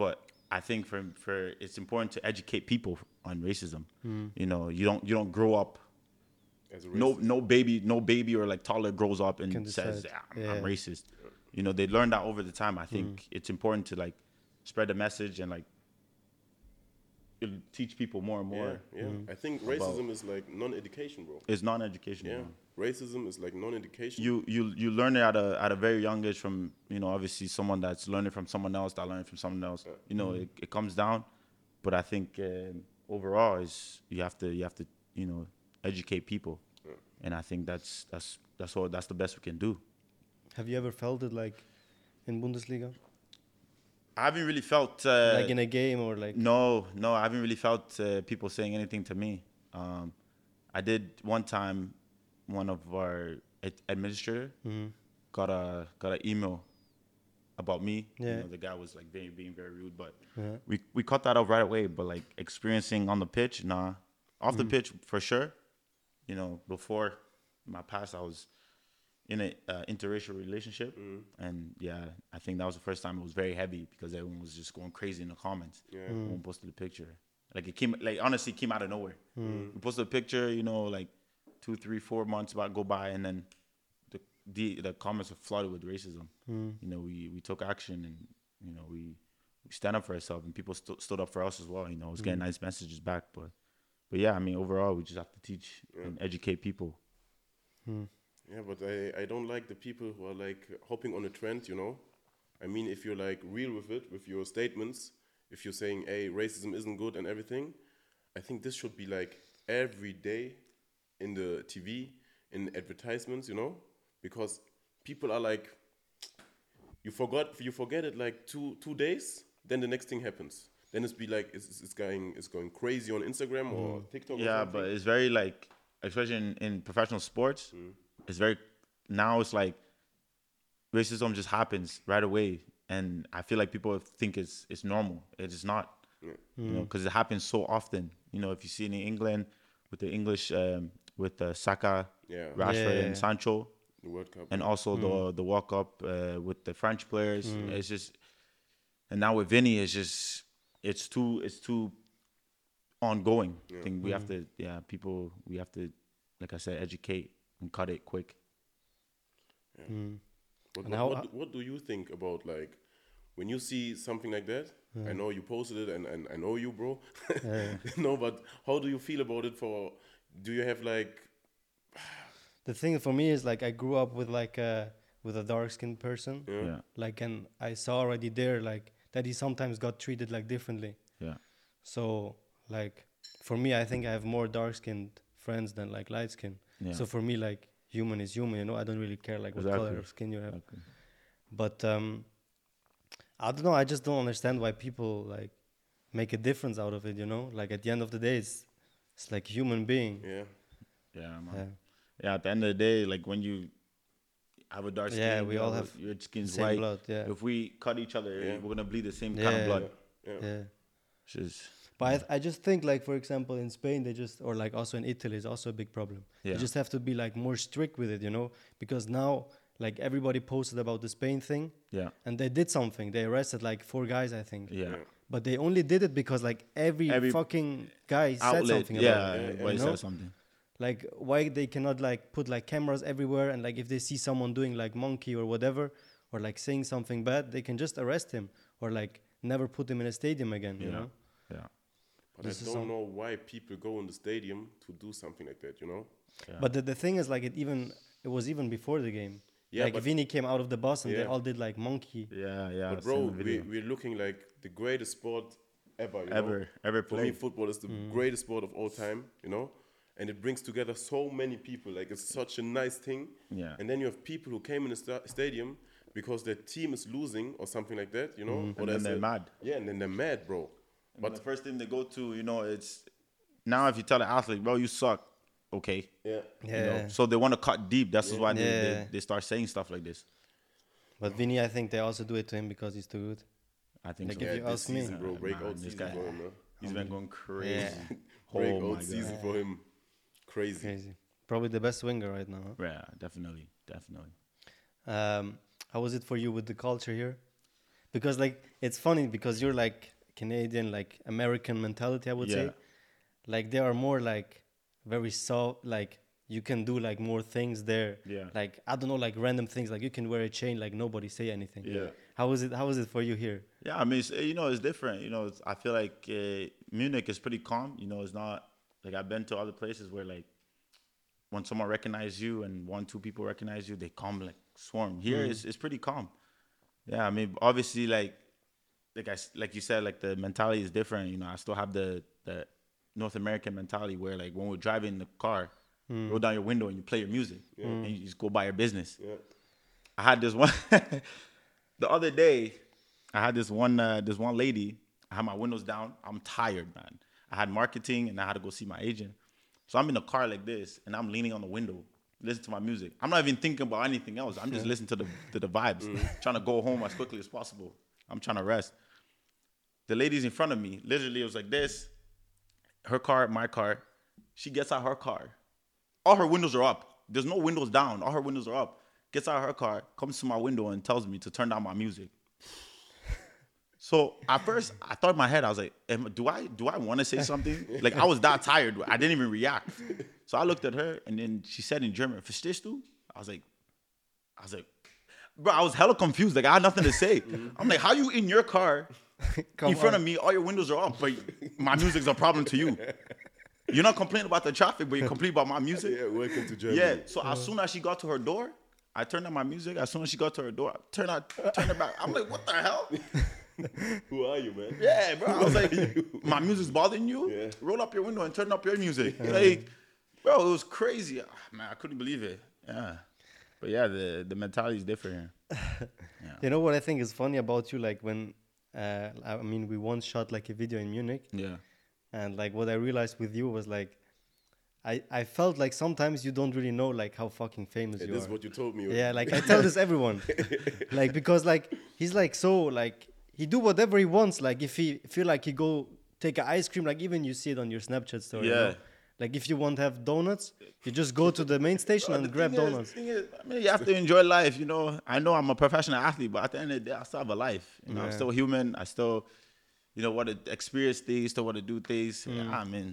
Speaker 2: But I think for for it's important to educate people on racism.
Speaker 1: Hmm.
Speaker 2: You know, you don't you don't grow up
Speaker 3: As a
Speaker 2: no
Speaker 3: racist.
Speaker 2: no baby no baby or like toddler grows up
Speaker 1: Can
Speaker 2: and says "Ah,
Speaker 1: decide.
Speaker 2: I'm, I'm
Speaker 1: Yeah. Hmm.
Speaker 2: racist you know they learn that over the time i think it's important to like spread the message and like it'll teach people more and more
Speaker 3: Yeah, yeah.
Speaker 1: Mm-hmm.
Speaker 3: I think racism is like non-education, bro.
Speaker 2: it's non-educational
Speaker 3: Yeah, racism is like non-education.
Speaker 2: you you you learn it at a at a very young age from you know obviously someone that's learning from someone else that learning from someone else you know it, it comes down but i think um, overall is you have to you have to you know educate people and i think that's that's that's all that's the best we can do
Speaker 1: Have you ever felt it like in Bundesliga,
Speaker 2: I haven't really felt uh,
Speaker 1: like in a game or like?
Speaker 2: no, no. I haven't really felt uh, people saying anything to me. Um, I did one time. One of our ad- administrator
Speaker 1: Mm-hmm.
Speaker 2: got a got an email about me.
Speaker 1: Yeah.
Speaker 2: You know, the guy was like being, being very rude, but
Speaker 1: Yeah.
Speaker 2: we we caught that up right away. But like experiencing on the pitch, nah. Off
Speaker 1: Mm-hmm.
Speaker 2: the pitch for sure. You know, before my past, I was in an uh, interracial relationship, and yeah, I think that was the first time it was very heavy because everyone was just going crazy in the comments.
Speaker 3: Yeah.
Speaker 1: Mm.
Speaker 2: Everyone posted a picture. Like it came, like honestly, it came out of nowhere.
Speaker 1: Mm.
Speaker 2: We posted a picture, you know, like two, three, four months about go by, and then the the, the comments were flooded with racism. You know, we we took action, and you know, we we stand up for ourselves, and people sto- stood up for us as well. You know, it was getting nice messages back, but but yeah, I mean, overall, we just have to teach and educate people.
Speaker 3: Yeah, but I, I don't like the people who are like hopping on a trend, you know? I mean, if you're like real with it, with your statements, if you're saying, hey, racism isn't good and everything, I think this should be like every day in the TV, in advertisements, you know? Because people are like, you forgot, you forget it like two two days, then the next thing happens. Then it's be like it's, it's going it's going crazy on Instagram or TikTok. or
Speaker 2: Mm-hmm. Yeah,
Speaker 3: something.
Speaker 2: but it's very like, especially in, in professional sports, it's very now it's like racism just happens right away, and I feel like people think it's it's normal. It is not, you know, because it happens so often. You know, if you see it in England with the English um, with uh, Saka,
Speaker 3: Yeah.
Speaker 2: Rashford,
Speaker 1: Yeah.
Speaker 2: and Sancho,
Speaker 3: the World Cup.
Speaker 2: and also the the walk up uh, with the French players. It's just, and now with Vinny, it's just it's too it's too ongoing. I think we have to yeah people we have to like I said educate and cut it quick.
Speaker 3: What,
Speaker 1: And
Speaker 3: what,
Speaker 1: how-
Speaker 3: what, what do you think about like when you see something like that? I know you posted it, and, and I know you, bro. no, but how do you feel about it? For do you have like
Speaker 1: The thing for me is like I grew up with like a with a dark skinned person,
Speaker 2: Yeah, yeah,
Speaker 1: like and I saw already there like that he sometimes got treated like differently. So like for me, I think I have more dark skinned friends than like light skin.
Speaker 2: Yeah.
Speaker 1: So for me, like human is human. You know, I don't really care like what
Speaker 2: Exactly.
Speaker 1: color of skin you have.
Speaker 2: Exactly.
Speaker 1: But um, I don't know. I just don't understand why people like make a difference out of it. You know, like at the end of the day, it's it's like human being.
Speaker 3: yeah?
Speaker 2: yeah, man.
Speaker 1: Yeah.
Speaker 2: Yeah, at the end of the day, like when you have a dark skin,
Speaker 1: Yeah, we
Speaker 2: you
Speaker 1: all
Speaker 2: know,
Speaker 1: have
Speaker 2: your skin's
Speaker 1: same
Speaker 2: white.
Speaker 1: blood, yeah.
Speaker 2: If we cut each other,
Speaker 3: Yeah.
Speaker 2: we're gonna bleed the same kind
Speaker 1: Yeah.
Speaker 2: of blood.
Speaker 3: Yeah.
Speaker 1: yeah.
Speaker 2: It's just-
Speaker 1: But I, th- I just think, like for example, in Spain, they just or like also in Italy is also a big problem.
Speaker 2: Yeah.
Speaker 1: They just have to be like more strict with it, you know, because now like everybody posted about the Spain thing,
Speaker 2: yeah,
Speaker 1: and they did something. They arrested like four guys, I think.
Speaker 2: yeah.
Speaker 3: Yeah.
Speaker 1: But they only did it because like every,
Speaker 2: Every
Speaker 1: fucking guy said
Speaker 2: Outlet,
Speaker 1: something
Speaker 2: yeah,
Speaker 1: about it.
Speaker 2: yeah,
Speaker 1: you
Speaker 2: everybody
Speaker 1: know?
Speaker 2: said something.
Speaker 1: Like why they cannot like put like cameras everywhere and like if they see someone doing like monkey or whatever or like saying something bad, they can just arrest him or like never put him in a stadium again, you know?
Speaker 2: yeah.
Speaker 3: But I don't know why people go in the stadium to do something like that. You know?
Speaker 1: But the, the thing is, like, it even it was even before the game.
Speaker 3: Yeah,
Speaker 1: like
Speaker 3: but-
Speaker 1: Vini came out of the bus and they
Speaker 3: Yeah.
Speaker 1: all did like monkey.
Speaker 2: Yeah, yeah. I've
Speaker 3: But
Speaker 2: seen
Speaker 3: bro,
Speaker 2: the
Speaker 3: we
Speaker 2: video.
Speaker 3: we're looking like the greatest sport ever. You know?
Speaker 2: Ever- ever
Speaker 3: For me,
Speaker 2: played.
Speaker 3: football is the
Speaker 2: Mm.
Speaker 3: greatest sport of all time. You know, and it brings together so many people. Like it's such a nice thing.
Speaker 2: Yeah.
Speaker 3: And then you have people who came in the sta- stadium because their team is losing or something like that. You know, or
Speaker 2: And
Speaker 3: there's
Speaker 2: then they're
Speaker 3: a-
Speaker 2: mad.
Speaker 3: Yeah, and then they're mad, bro.
Speaker 2: But the first thing they go to, you know, it's now if you tell the athlete, bro, you suck, okay.
Speaker 3: Yeah.
Speaker 2: You know,
Speaker 1: Yeah.
Speaker 2: So they want to cut deep. That's why they,
Speaker 1: Yeah.
Speaker 2: they, they start saying stuff like this.
Speaker 1: But Vini, I think they also do it to him because he's too good.
Speaker 2: I think
Speaker 1: Like
Speaker 2: so.
Speaker 1: if
Speaker 3: Yeah,
Speaker 1: you
Speaker 3: this
Speaker 1: ask me-
Speaker 3: season, bro,
Speaker 2: Nah,
Speaker 3: breakout
Speaker 2: this
Speaker 3: season
Speaker 2: guy-
Speaker 3: for him, man.
Speaker 2: He's been going crazy.
Speaker 1: Yeah.
Speaker 2: Oh my
Speaker 3: breakout
Speaker 2: God.
Speaker 3: season for him. Crazy.
Speaker 1: Crazy. Probably the best winger right now. huh?
Speaker 2: Yeah, definitely, definitely.
Speaker 1: Um, how was it for you with the culture here? Because like it's funny because you're like Canadian, like American mentality, I would
Speaker 2: Yeah.
Speaker 1: say. Like they are more like very soft. Like you can do like more things there.
Speaker 2: Yeah.
Speaker 1: Like I don't know, like random things. Like you can wear a chain, like nobody say anything.
Speaker 2: Yeah.
Speaker 1: How was it? How was it for you here?
Speaker 2: Yeah, I mean, it's, you know, it's different. You know, it's, I feel like uh, Munich is pretty calm. You know, it's not like I've been to other places where like when someone recognizes you and one two people recognize you, they come like swarm. Here, it's it's pretty calm. Yeah, I mean, obviously, like like I s- like you said, like the mentality is different. You know, I still have the the North American mentality where like when we're driving in the car, roll down your window and you play your music and you just go by your business.
Speaker 3: Yeah.
Speaker 2: I had this one the other day. I had this one uh, this one lady. I had my windows down. I'm tired, man. I had marketing and I had to go see my agent. So I'm in a car like this and I'm leaning on the window, listening to my music. I'm not even thinking about anything else. I'm just listening to the to the vibes, trying to go home as quickly as possible. I'm trying to rest. The lady's in front of me. Literally, it was like this. Her car, my car. She gets out her car all her windows are up. There's no windows down. All her windows are up. Gets out of her car, comes to my window and tells me to turn down my music. So at first, I thought in my head, I was like, Am, "Do I do I want to say something?" Like I was that tired, I didn't even react. So I looked at her, and then she said in German, "Verstehst du?" I was like, "I was like, bro, I was hella confused. Like I had nothing to say. I'm like, how you in your car
Speaker 1: Come
Speaker 2: in front
Speaker 1: on.
Speaker 2: of me, all your windows are up, but my music's a problem to you. You're not complaining about the traffic, but you're complaining about my music.
Speaker 3: Yeah, welcome to Germany.
Speaker 2: Yeah. So as soon as she got to her door, I turned on my music. As soon as she got to her door, I turned out, turned it back. I'm like, what the hell?
Speaker 3: Who are you, man?
Speaker 2: Yeah, bro. I was like, my music's bothering you.
Speaker 3: Yeah.
Speaker 2: Roll up your window and turn up your music. Like, bro, it was crazy. Ah, Man, I couldn't believe it. Yeah. But yeah, the the mentality is different here.
Speaker 1: You know what I think is funny about you? Like when, uh, I mean, we once shot like a video in Munich.
Speaker 2: Yeah.
Speaker 1: and like what i realized with you was like i i felt like sometimes you don't really know like how fucking famous
Speaker 3: Yeah,
Speaker 1: you
Speaker 3: this
Speaker 1: are
Speaker 3: is what you told me.
Speaker 1: yeah like i tell this everyone like because like he's like so like he do whatever he wants like if he feel like he go take an ice cream like even you see it on your snapchat story you
Speaker 2: Yeah.
Speaker 1: know? like if you want to have donuts you just go to the main station
Speaker 2: But
Speaker 1: and
Speaker 2: the
Speaker 1: grab
Speaker 2: thing is-
Speaker 1: donuts
Speaker 2: thing is, I mean, you have to enjoy life, you know. I know I'm a professional athlete, but at the end of the day, I still have a life. You know, I'm
Speaker 1: Yeah.
Speaker 2: still human. I still, you know, want to experience things, still want to do things.
Speaker 1: Mm.
Speaker 2: I mean,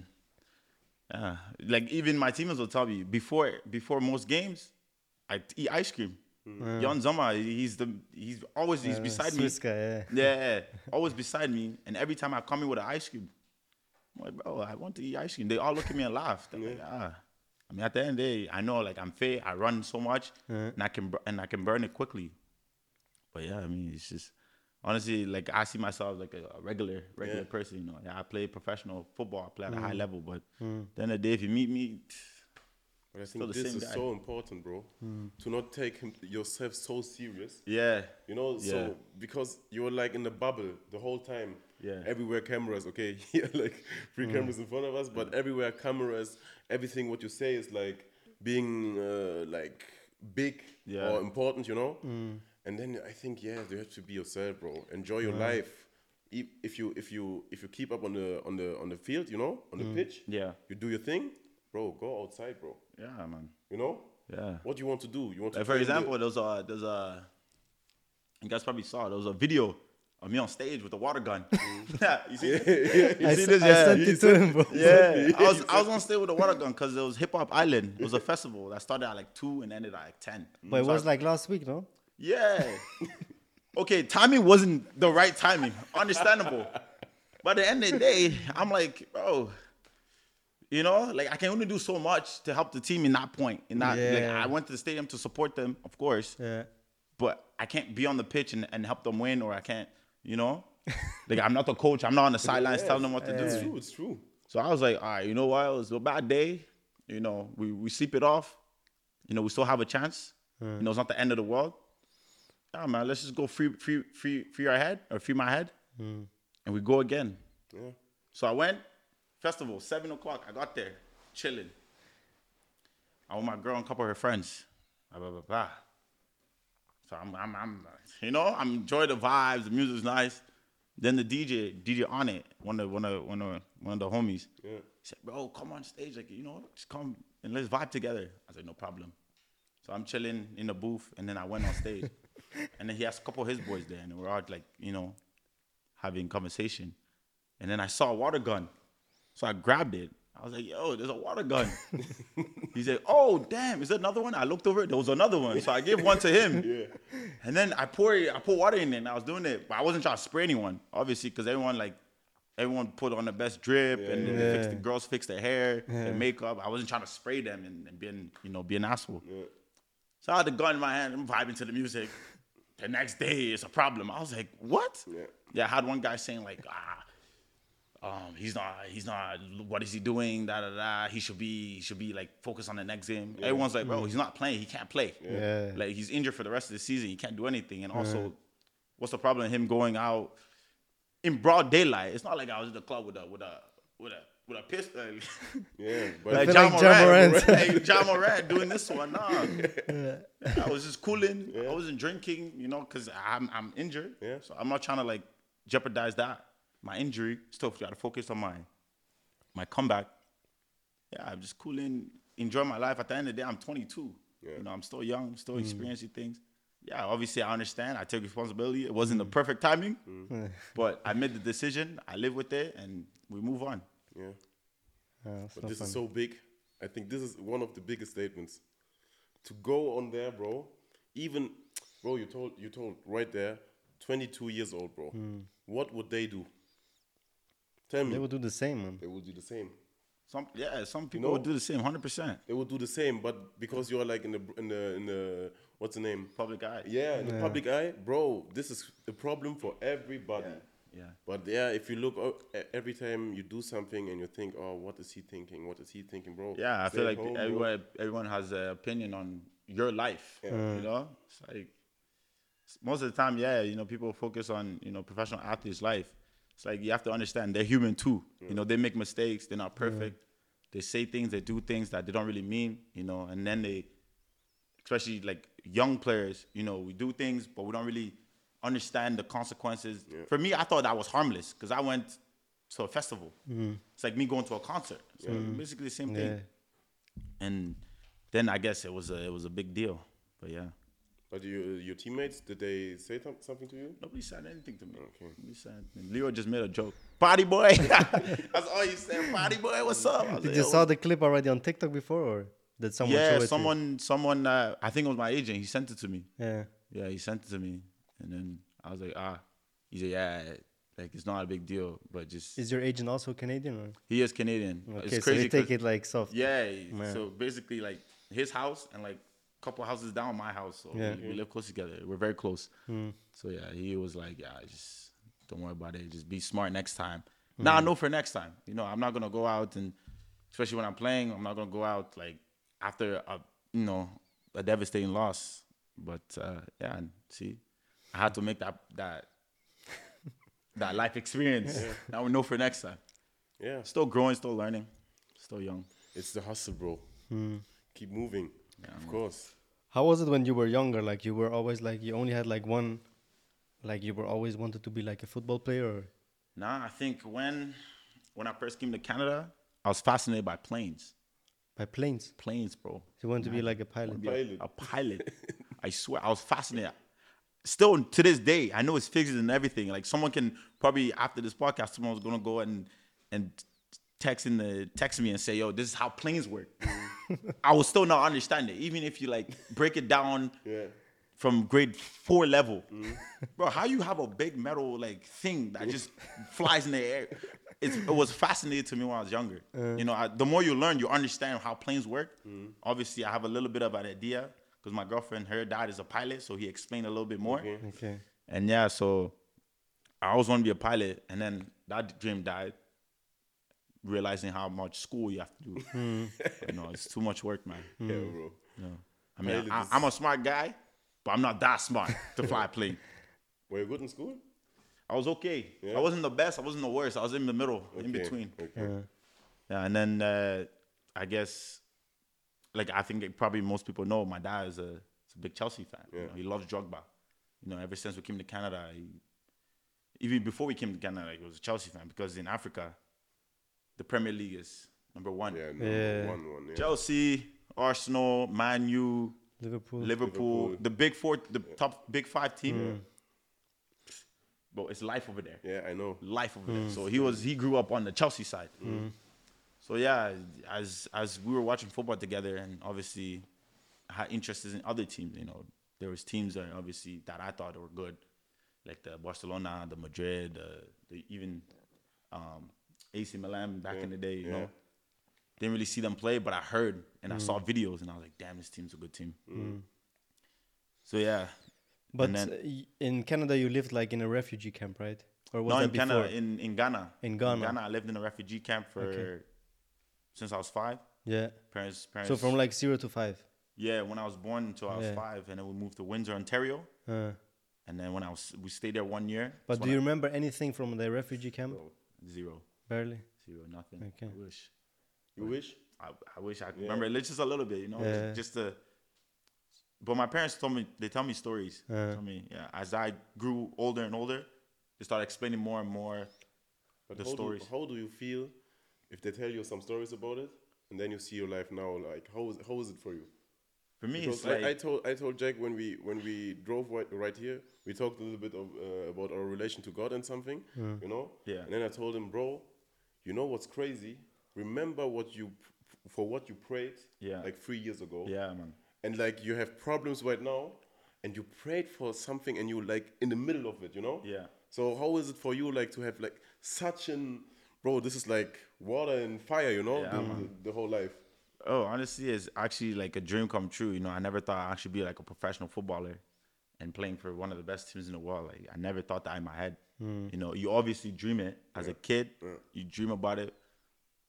Speaker 2: yeah. Like even my teammates will tell you before before most games, I t- eat ice cream. Jan Zoma, he's the he's always he's
Speaker 1: Uh,
Speaker 2: beside me.
Speaker 1: Mm. Swiss guy, yeah.
Speaker 2: Yeah, yeah, always beside me, and every time I come in with an ice cream, I'm like, bro, I want to eat ice cream. They all look at me and laugh. They're like, ah. I mean, at the end of the day, I know like I'm fit. I run so much, and I can bur- and I can burn it quickly. But yeah, I mean, it's just honestly like I see myself like a, a regular regular
Speaker 3: Yeah.
Speaker 2: person. You know, yeah, I play professional football. I play at a high level, but then the day if you meet me,
Speaker 3: But I
Speaker 2: Still the
Speaker 3: think this
Speaker 2: same
Speaker 3: is
Speaker 2: guy. Mm.
Speaker 3: so important, bro. To not take him, yourself so serious.
Speaker 2: yeah,
Speaker 3: You know,
Speaker 2: Yeah.
Speaker 3: so because you're like in a bubble the whole time.
Speaker 2: Yeah.
Speaker 3: Everywhere cameras, okay, here like three cameras in front of us, but everywhere cameras, everything what you say is like being uh, like big
Speaker 2: Yeah.
Speaker 3: or important, you know. And then I think yeah, you have to be yourself, bro. Enjoy your life. E- If you if you if you keep up on the on the on the field, you know, on the pitch,
Speaker 2: Yeah.
Speaker 3: you do your thing, bro. Go outside, bro.
Speaker 2: yeah, man,
Speaker 3: You know,
Speaker 2: yeah.
Speaker 3: what do you want to do? You want to
Speaker 2: Like for
Speaker 3: train
Speaker 2: example, there's a there's a you guys probably saw there was a video of me on stage with a water gun. you see, you
Speaker 1: I,
Speaker 2: see
Speaker 1: s-
Speaker 2: this?
Speaker 1: I
Speaker 2: yeah,
Speaker 1: sent
Speaker 2: You
Speaker 1: it to him bro
Speaker 2: yeah, I was I was on stage with a water gun because it was Hip Hop Island. It was a festival that started at like two and ended at like ten.
Speaker 1: but it
Speaker 2: So I-
Speaker 1: was like last week no
Speaker 2: yeah. okay, timing wasn't the right timing. Understandable. but at the end of the day, I'm like, bro, you know, like I can only do so much to help the team in that point. In that, like,
Speaker 1: Yeah.
Speaker 2: I went to the stadium to support them, of course
Speaker 1: yeah
Speaker 2: but I can't be on the pitch and, and help them win, or I can't, you know, like I'm not the coach. I'm not on the sidelines telling them what to
Speaker 3: It's
Speaker 2: do.
Speaker 3: true. It's true.
Speaker 2: So I was like, all right, you know what? It was a bad day. You know, we, we sleep it off. You know, we still have a chance. You know, it's not the end of the world. Nah, man, let's just go free, free, free, free our head or free my head, and we go again.
Speaker 3: Yeah.
Speaker 2: So I went festival seven o'clock. I got there chilling. I with my girl and a couple of her friends. Blah blah blah. blah. So I'm, I'm, I'm, you know, I'm enjoying the vibes. The music's nice. Then the DJ, DJ on it, one of one of one of one of the homies.
Speaker 3: Yeah.
Speaker 2: He said, "Bro, come on stage, like you know, what? just come and let's vibe together." I said, "No problem." So I'm chilling in the booth, and then I went on stage, and then he has a couple of his boys there, and we're all like, you know, having conversation, and then I saw a water gun, so I grabbed it. I was like, "Yo, there's a water gun." he said, "Oh, damn, is there another one?" I looked over, there was another one, so I gave one to him. And then I pour it, I put water in it, and I was doing it, but I wasn't trying to spray anyone, obviously, because everyone like everyone put on the best drip, and then they fixed, the
Speaker 1: Yeah.
Speaker 2: girls fixed their hair, their makeup. I wasn't trying to spray them and, and being, you know, be an asshole. So I had the gun in my hand, I'm vibing to the music. The next day, it's a problem. I was like, what?
Speaker 3: Yeah.
Speaker 2: I had one guy saying like, ah, um, he's not, he's not. What is he doing? Da da da. He should be, he should be like focused on the next game. Everyone's like, bro, he's not playing. He can't play.
Speaker 1: Yeah.
Speaker 2: Like he's injured for the rest of the season. He can't do anything. And also, what's the problem? Him going out in broad daylight. It's not like I was in the club with a with a with a with a pistol.
Speaker 3: Yeah, but
Speaker 2: like
Speaker 1: feel
Speaker 2: John
Speaker 1: like Ja
Speaker 2: Morant,
Speaker 1: Morant.
Speaker 2: like John Morant doing this one. Nah, I was just cooling. I wasn't drinking, you know, because I'm I'm injured.
Speaker 3: Yeah.
Speaker 2: So I'm not trying to like jeopardize that. My injury still got to focus on my my comeback. Yeah, I'm just cooling, enjoy my life. At the end of the day, I'm 22.
Speaker 3: Yeah.
Speaker 2: You know, I'm still young, still experiencing things. Yeah, obviously I understand. I take responsibility. It wasn't the perfect timing, but I made the decision. I live with it, and we move on.
Speaker 3: yeah.
Speaker 1: Yeah, Oh, it's
Speaker 3: But
Speaker 1: not
Speaker 3: this
Speaker 1: fun.
Speaker 3: is so big. I think this is one of the biggest statements. To go on there, bro. Even, bro, you told you told right there, 22 years old, bro. What would they do? Tell me.
Speaker 1: they will do the same, man.
Speaker 3: they would do the same.
Speaker 2: Some yeah, some people
Speaker 3: No.
Speaker 2: would do the same, hundred percent.
Speaker 3: They would do the same, but because you're like in the in the in the what's the name?
Speaker 2: Public eye.
Speaker 3: Yeah, in the public eye, bro. This is a problem for everybody.
Speaker 2: yeah.
Speaker 3: But yeah, if you look o- e- every time you do something and you think, oh, what is he thinking? What is he thinking, bro?
Speaker 2: Yeah, I
Speaker 3: Stay
Speaker 2: feel like
Speaker 3: home, bro.
Speaker 2: everywhere, everyone has an opinion on your life. You know, it's like s- most of the time, yeah, you know, people focus on you know professional athletes' life. It's like you have to understand they're human too. You know, they make mistakes. They're not perfect. They say things, they do things that they don't really mean. You know, and then they, especially like young players, you know, we do things, but we don't really understand the consequences. For me, I thought that was harmless because I went to a festival.
Speaker 1: Mm-hmm.
Speaker 2: It's like me going to a concert. So basically the same thing
Speaker 1: Yeah.
Speaker 2: and then I guess it was a it was a big deal. But yeah,
Speaker 3: But you, your teammates, did they say th- something to you?
Speaker 2: nobody said anything to me.
Speaker 3: Okay.
Speaker 2: Nobody said. and Leo just made a joke. Party boy, that's all you said. Party boy, what's up? I was
Speaker 1: Did
Speaker 2: like,
Speaker 1: you
Speaker 2: "Yo,
Speaker 1: saw the clip already on TikTok before, or did someone show
Speaker 2: Yeah,
Speaker 1: it to you?
Speaker 2: someone, someone. Uh, I think it was my agent. He sent it to me.
Speaker 1: Yeah.
Speaker 2: Yeah, he sent it to me, and then I was like, ah. He said, yeah, like it's not a big deal, but just
Speaker 1: Is your agent also Canadian? Or?
Speaker 2: he is Canadian.
Speaker 1: Okay,
Speaker 2: it's
Speaker 1: so
Speaker 2: crazy.
Speaker 1: you take
Speaker 2: 'cause-
Speaker 1: it like soft.
Speaker 2: Yeah. So basically, like his house and like a couple houses down my house. So
Speaker 1: Yeah.
Speaker 2: we, we live close together. We're very close. So yeah, he was like, yeah, just don't worry about it. Just be smart next time. Now I know for next time. You know, I'm not gonna go out and especially when I'm playing, I'm not gonna go out like after a you know a devastating loss. But uh, yeah, and see, I had to make that that. That life experience. Now we know for next time.
Speaker 3: Yeah,
Speaker 2: Still growing, still learning, still young.
Speaker 3: it's the hustle, bro.
Speaker 2: Hmm.
Speaker 3: Keep moving, of course.
Speaker 1: How was it when you were younger? Like you were always like you only had like one, like you were always wanted to be like a football player. Or,
Speaker 2: Nah, I think when when I first came to Canada, I was fascinated by planes.
Speaker 1: by planes.
Speaker 2: Planes, bro.
Speaker 1: You wanted to be like a pilot.
Speaker 2: Be a-
Speaker 3: Pilot.
Speaker 2: A, pilot. I swear, I was fascinated. Still to this day, I know it's fixed and everything. Like someone can probably after this podcast, someone's gonna go and and text in the text me and say, "Yo, this is how planes work." I will still not understand it, even if you like break it down
Speaker 3: Yeah,
Speaker 2: from grade four level. Bro, how you have a big metal like thing that just flies in the air? It's, it was fascinating to me when I was younger. You know, I, the more you learn, you understand how planes work. Obviously, I have a little bit of an idea because my girlfriend, her dad is a pilot, so he explained a little bit more.
Speaker 1: Okay.
Speaker 2: And yeah, so I always wanted to be a pilot, and then that dream died. Realizing how much school you have to do, you know, it's too much work, man.
Speaker 3: yeah, bro.
Speaker 2: I mean,
Speaker 3: Pilot
Speaker 2: I,
Speaker 3: is-
Speaker 2: I'm a smart guy, but I'm not that smart to fly a plane.
Speaker 3: Were you good in school?
Speaker 2: I was okay.
Speaker 3: Yeah.
Speaker 2: I wasn't the best. I wasn't the worst. I was in the middle, in
Speaker 3: Okay,
Speaker 2: between.
Speaker 3: Okay.
Speaker 2: Yeah, and then uh, I guess, like I think it probably most people know, my dad is a, is a big Chelsea fan. You
Speaker 3: Yeah.
Speaker 2: know, he loves Drogba. You know, ever since we came to Canada, he, even before we came to Ghana, like I was a Chelsea fan because in Africa, the Premier League is number one.
Speaker 3: Yeah, no,
Speaker 1: Yeah.
Speaker 3: one, one. Yeah.
Speaker 2: Chelsea, Arsenal, Man U,
Speaker 1: Liverpool.
Speaker 2: Liverpool,
Speaker 3: Liverpool.
Speaker 2: the big four, the top big five team. But it's life over there.
Speaker 3: yeah, I know.
Speaker 2: Life over
Speaker 1: Mm.
Speaker 2: there. So he was he grew up on the Chelsea side. So yeah, as as we were watching football together, and obviously had interests in other teams. You know, there was teams that obviously that I thought were good, like the Barcelona, the Madrid, the, the even um, AC Milan back in the day. You
Speaker 3: yeah.
Speaker 2: know, didn't really see them play, but I heard and I saw
Speaker 1: Mm.
Speaker 2: videos, and I was like, damn, this team's a good team. So yeah,
Speaker 1: But
Speaker 2: and then-
Speaker 1: uh, y- in Canada, you lived like in a refugee camp, right? Or was
Speaker 2: no,
Speaker 1: that
Speaker 2: in
Speaker 1: before?
Speaker 2: Canada, in, in Ghana.
Speaker 1: In Ghana.
Speaker 2: I lived in a refugee camp for
Speaker 1: Okay.
Speaker 2: since I was five.
Speaker 1: yeah.
Speaker 2: Parents, parents.
Speaker 1: So from like zero to five.
Speaker 2: yeah, when I was born until I was
Speaker 1: Yeah.
Speaker 2: five, and then we moved to Windsor, Ontario,
Speaker 1: Uh,
Speaker 2: and then when I was, we stayed there one year.
Speaker 1: but
Speaker 2: So
Speaker 1: do you
Speaker 2: when
Speaker 1: remember anything from the refugee camp?
Speaker 2: I- zero,
Speaker 1: Barely.
Speaker 2: zero, nothing.
Speaker 1: Okay.
Speaker 2: I wish.
Speaker 3: You wish?
Speaker 2: I, I wish I could remember it just a little bit, you know,
Speaker 1: Yeah.
Speaker 2: just the. But my parents told me they tell me stories. They
Speaker 1: Uh.
Speaker 2: tell me, yeah. As I grew older and older, they started explaining more and more.
Speaker 3: But
Speaker 2: The
Speaker 3: how
Speaker 2: stories.
Speaker 3: Do, how do you feel if they tell you some stories about it and then you see your life now? Like, how is, how is it for you?
Speaker 2: For me,
Speaker 3: Because
Speaker 2: it's like
Speaker 3: I, I told I told Jack when we when we drove right, right here, we talked a little bit of, uh, about our relation to God and something, you know.
Speaker 2: Yeah.
Speaker 3: And then I told him, bro, you know what's crazy? Remember what you p- for what you prayed,
Speaker 2: Yeah.
Speaker 3: like three years ago,
Speaker 2: yeah, man.
Speaker 3: and like you have problems right now, and you prayed for something and you like in the middle of it, you know?
Speaker 2: Yeah.
Speaker 3: So how is it for you like to have like such an bro? This is like water and fire, you know,
Speaker 2: Yeah,
Speaker 3: the, the- the whole life.
Speaker 2: Oh, honestly, it's actually like a dream come true. You know, I never thought I should be like a professional footballer and playing for one of the best teams in the world. Like I never thought that in my head. You know, you obviously dream it as a kid. You dream about it,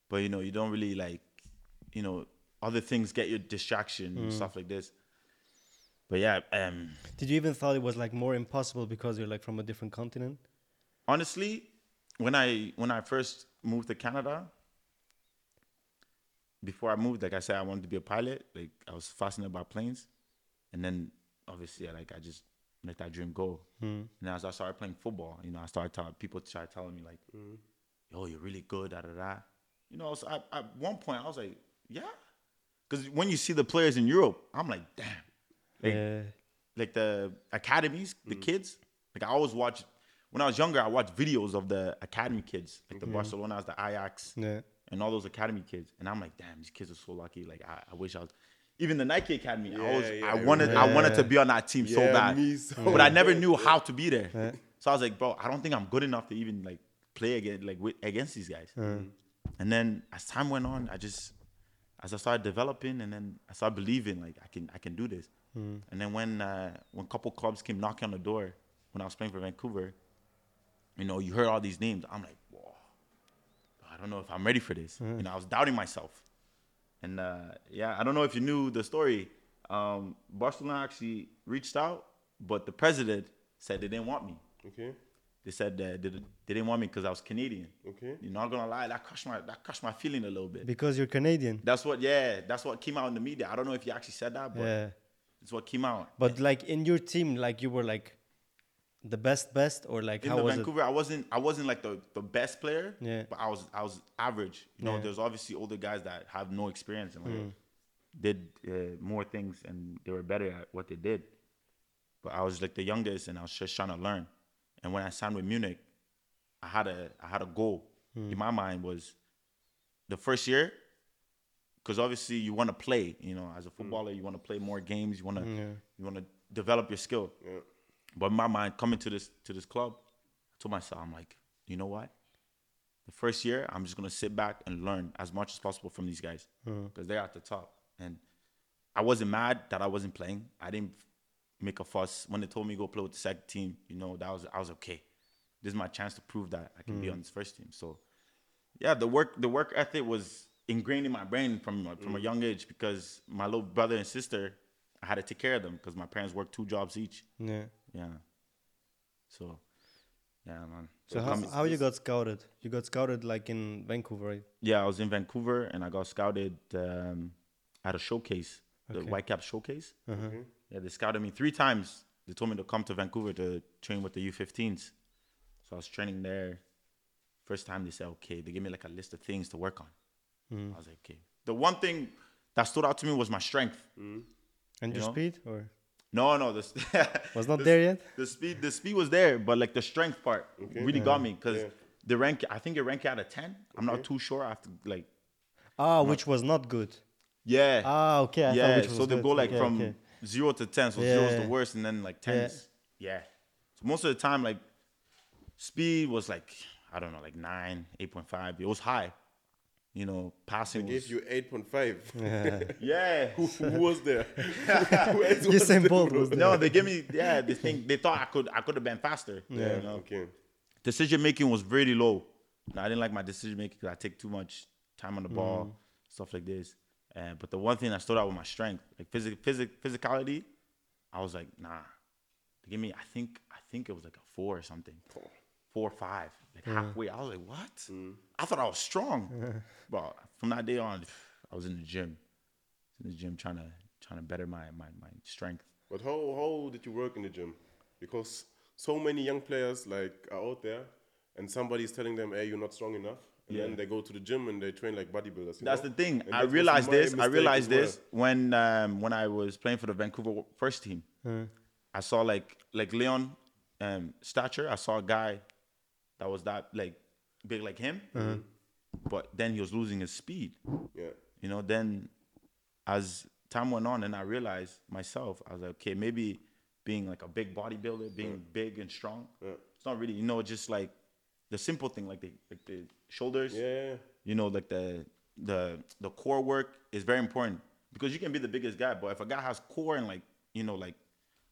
Speaker 2: but you know, you don't really like, you know, other things get your distraction and stuff like this. But yeah, um,
Speaker 1: Did you even thought it was like more impossible because you're like from a different continent?
Speaker 2: honestly, when I when I first moved to Canada, before I moved, like I said, I wanted to be a pilot. Like I was fascinated by planes, and then obviously, like I just let that dream go. And as I started playing football, you know, I started telling people started telling me like, "Yo, you're really good." Da da da. You know, so I, at one point I was like, "Yeah," because when you see the players in Europe, I'm like, "Damn." Like,
Speaker 1: Yeah.
Speaker 2: like the academies, the
Speaker 3: Mm.
Speaker 2: kids. Like I always watched when I was younger, I watched videos of the academy kids, like
Speaker 3: Mm-hmm.
Speaker 2: the Barcelona's, the Ajax,
Speaker 1: Yeah.
Speaker 2: and all those academy kids. And I'm like, damn, these kids are so lucky. Like I, I wish I was. Even the Nike Academy, I was,
Speaker 3: yeah,
Speaker 2: I
Speaker 3: I
Speaker 2: wanted, I wanted to
Speaker 1: remember.
Speaker 2: be on that team so
Speaker 3: Yeah,
Speaker 2: bad,
Speaker 3: me so
Speaker 2: but I never knew how to be there. So I was like, bro, I don't think I'm good enough to even like play again, like with, against these guys. And then as time went on, I just as I started developing, and then I started believing like I can I can do this.
Speaker 3: Hmm.
Speaker 2: And then when uh, when a couple clubs came knocking on the door when I was playing for Vancouver, you know, you heard all these names. I'm like, whoa, I don't know if I'm ready for this. You know, I was doubting myself. And uh, yeah, I don't know if you knew the story. Um, Barcelona actually reached out, but the president said they didn't want me.
Speaker 3: Okay.
Speaker 2: They said that they, they didn't want me because I was Canadian.
Speaker 3: Okay.
Speaker 2: You're not gonna lie, that crushed my that crushed my feeling a little bit.
Speaker 1: Because you're Canadian.
Speaker 2: That's what, yeah, that's what came out in the media. I don't know if you actually said that, but
Speaker 1: Yeah.
Speaker 2: it's what came out.
Speaker 1: But like in your team, like you were like the best, best, or like
Speaker 2: In
Speaker 1: how
Speaker 2: the
Speaker 1: was
Speaker 2: Vancouver, I wasn't I wasn't like the, the best player,
Speaker 1: Yeah.
Speaker 2: but I was I was average. You know,
Speaker 1: Yeah. Mm.
Speaker 2: there's obviously older guys that have no experience and like did uh, more things and they were better at what they did. But I was like the youngest and I was just trying to learn. And when I signed with Munich, I had a I had a goal
Speaker 1: Mm.
Speaker 2: in my mind was the first year because obviously you want to play. You know, as a footballer, you want to play more games. You want
Speaker 1: Mm,
Speaker 2: to you want to develop your skill.
Speaker 3: Yeah.
Speaker 2: But in my mind, coming to this to this club, I told myself, I'm like, you know what? The first year, I'm just gonna sit back and learn as much as possible from these guys because they're at the top. And I wasn't mad that I wasn't playing. I didn't make a fuss when they told me go play with the second team. You know, that was I was okay. This is my chance to prove that I can be on this first team. So yeah, the work the work ethic was ingrained in my brain from a- from a young age because my little brother and sister, I had to take care of them because my parents worked two jobs each.
Speaker 1: it? Yeah.
Speaker 2: Yeah. So, yeah, man.
Speaker 1: So how,
Speaker 2: coming-
Speaker 1: how you got scouted? You got scouted like in Vancouver, right?
Speaker 2: yeah, I was in Vancouver and I got scouted um, at a showcase, the
Speaker 1: Okay. Uh-huh.
Speaker 2: Whitecap showcase. Yeah, they scouted me three times. They told me to come to Vancouver to train with the U15s. So So I was training there. First time they said, okay, they gave me like a list of things to work on.
Speaker 1: Mm-hmm.
Speaker 2: I was like, okay. The one thing that stood out to me was my strength.
Speaker 1: And your
Speaker 2: You know?
Speaker 1: speed or
Speaker 2: No, no, this
Speaker 1: was not there yet?
Speaker 2: The speed, the speed was there, but like the strength part really got me because
Speaker 3: Yeah.
Speaker 2: the rank. I think it ranked out of ten. I'm not too sure. I have to like,
Speaker 1: Ah, which was not good.
Speaker 2: yeah,
Speaker 1: Ah, okay. I thought
Speaker 2: yeah.
Speaker 1: which was
Speaker 2: So they
Speaker 1: good.
Speaker 2: go like
Speaker 1: Okay,
Speaker 2: from
Speaker 1: okay.
Speaker 2: zero to ten. So zero is
Speaker 1: Yeah.
Speaker 2: the worst, and then like ten
Speaker 1: Yeah.
Speaker 2: is yeah. So most of the time, like speed was like I don't know, like nine, eight point five. It was high. You know, passing.
Speaker 3: Gave
Speaker 2: Was,
Speaker 3: you 8.5.
Speaker 2: yeah.
Speaker 3: Who, who was there? Who else was
Speaker 1: Usain
Speaker 3: there,
Speaker 1: Bolt
Speaker 3: bro?
Speaker 1: was there.
Speaker 2: no, they give me yeah. They think they thought I could I could have been faster.
Speaker 3: Yeah,
Speaker 2: You know?
Speaker 3: okay.
Speaker 2: decision making was really low. And I didn't like my decision making because I take too much time on the ball, stuff like this. Uh, but the one thing that stood out with my strength, like physic, physic, physicality, I was like, nah. They gave me, I think, I think it was like a four or something, four or five, like halfway. I was like, what? I thought I was strong. Well, from that day on, I was in the gym, in the gym trying to trying to better my my, my strength.
Speaker 3: But how how did you work in the gym? Because so many young players like are out there, and somebody is telling them, "Hey, you're not strong enough." And then they go to the gym and they train like bodybuilders. you
Speaker 2: That's
Speaker 3: know?
Speaker 2: the thing.
Speaker 3: And
Speaker 2: I
Speaker 3: that was
Speaker 2: realized
Speaker 3: my
Speaker 2: this. I
Speaker 3: mistake
Speaker 2: realized
Speaker 3: as well.
Speaker 2: this when um, when I was playing for the Vancouver first team.
Speaker 3: Hmm.
Speaker 2: I saw like like Leon um, Stature. I saw a guy that was that like big like him,
Speaker 3: Hmm.
Speaker 2: but then he was losing his speed.
Speaker 3: Yeah,
Speaker 2: You know, then as time went on, and I realized myself, I was like, okay, maybe being like a big bodybuilder, being big and strong, it's not really. You know, just like the simple thing, like the like the shoulders
Speaker 3: yeah, yeah.
Speaker 2: you know, like the the the core work is very important because you can be the biggest guy, but if a guy has core and like you know, like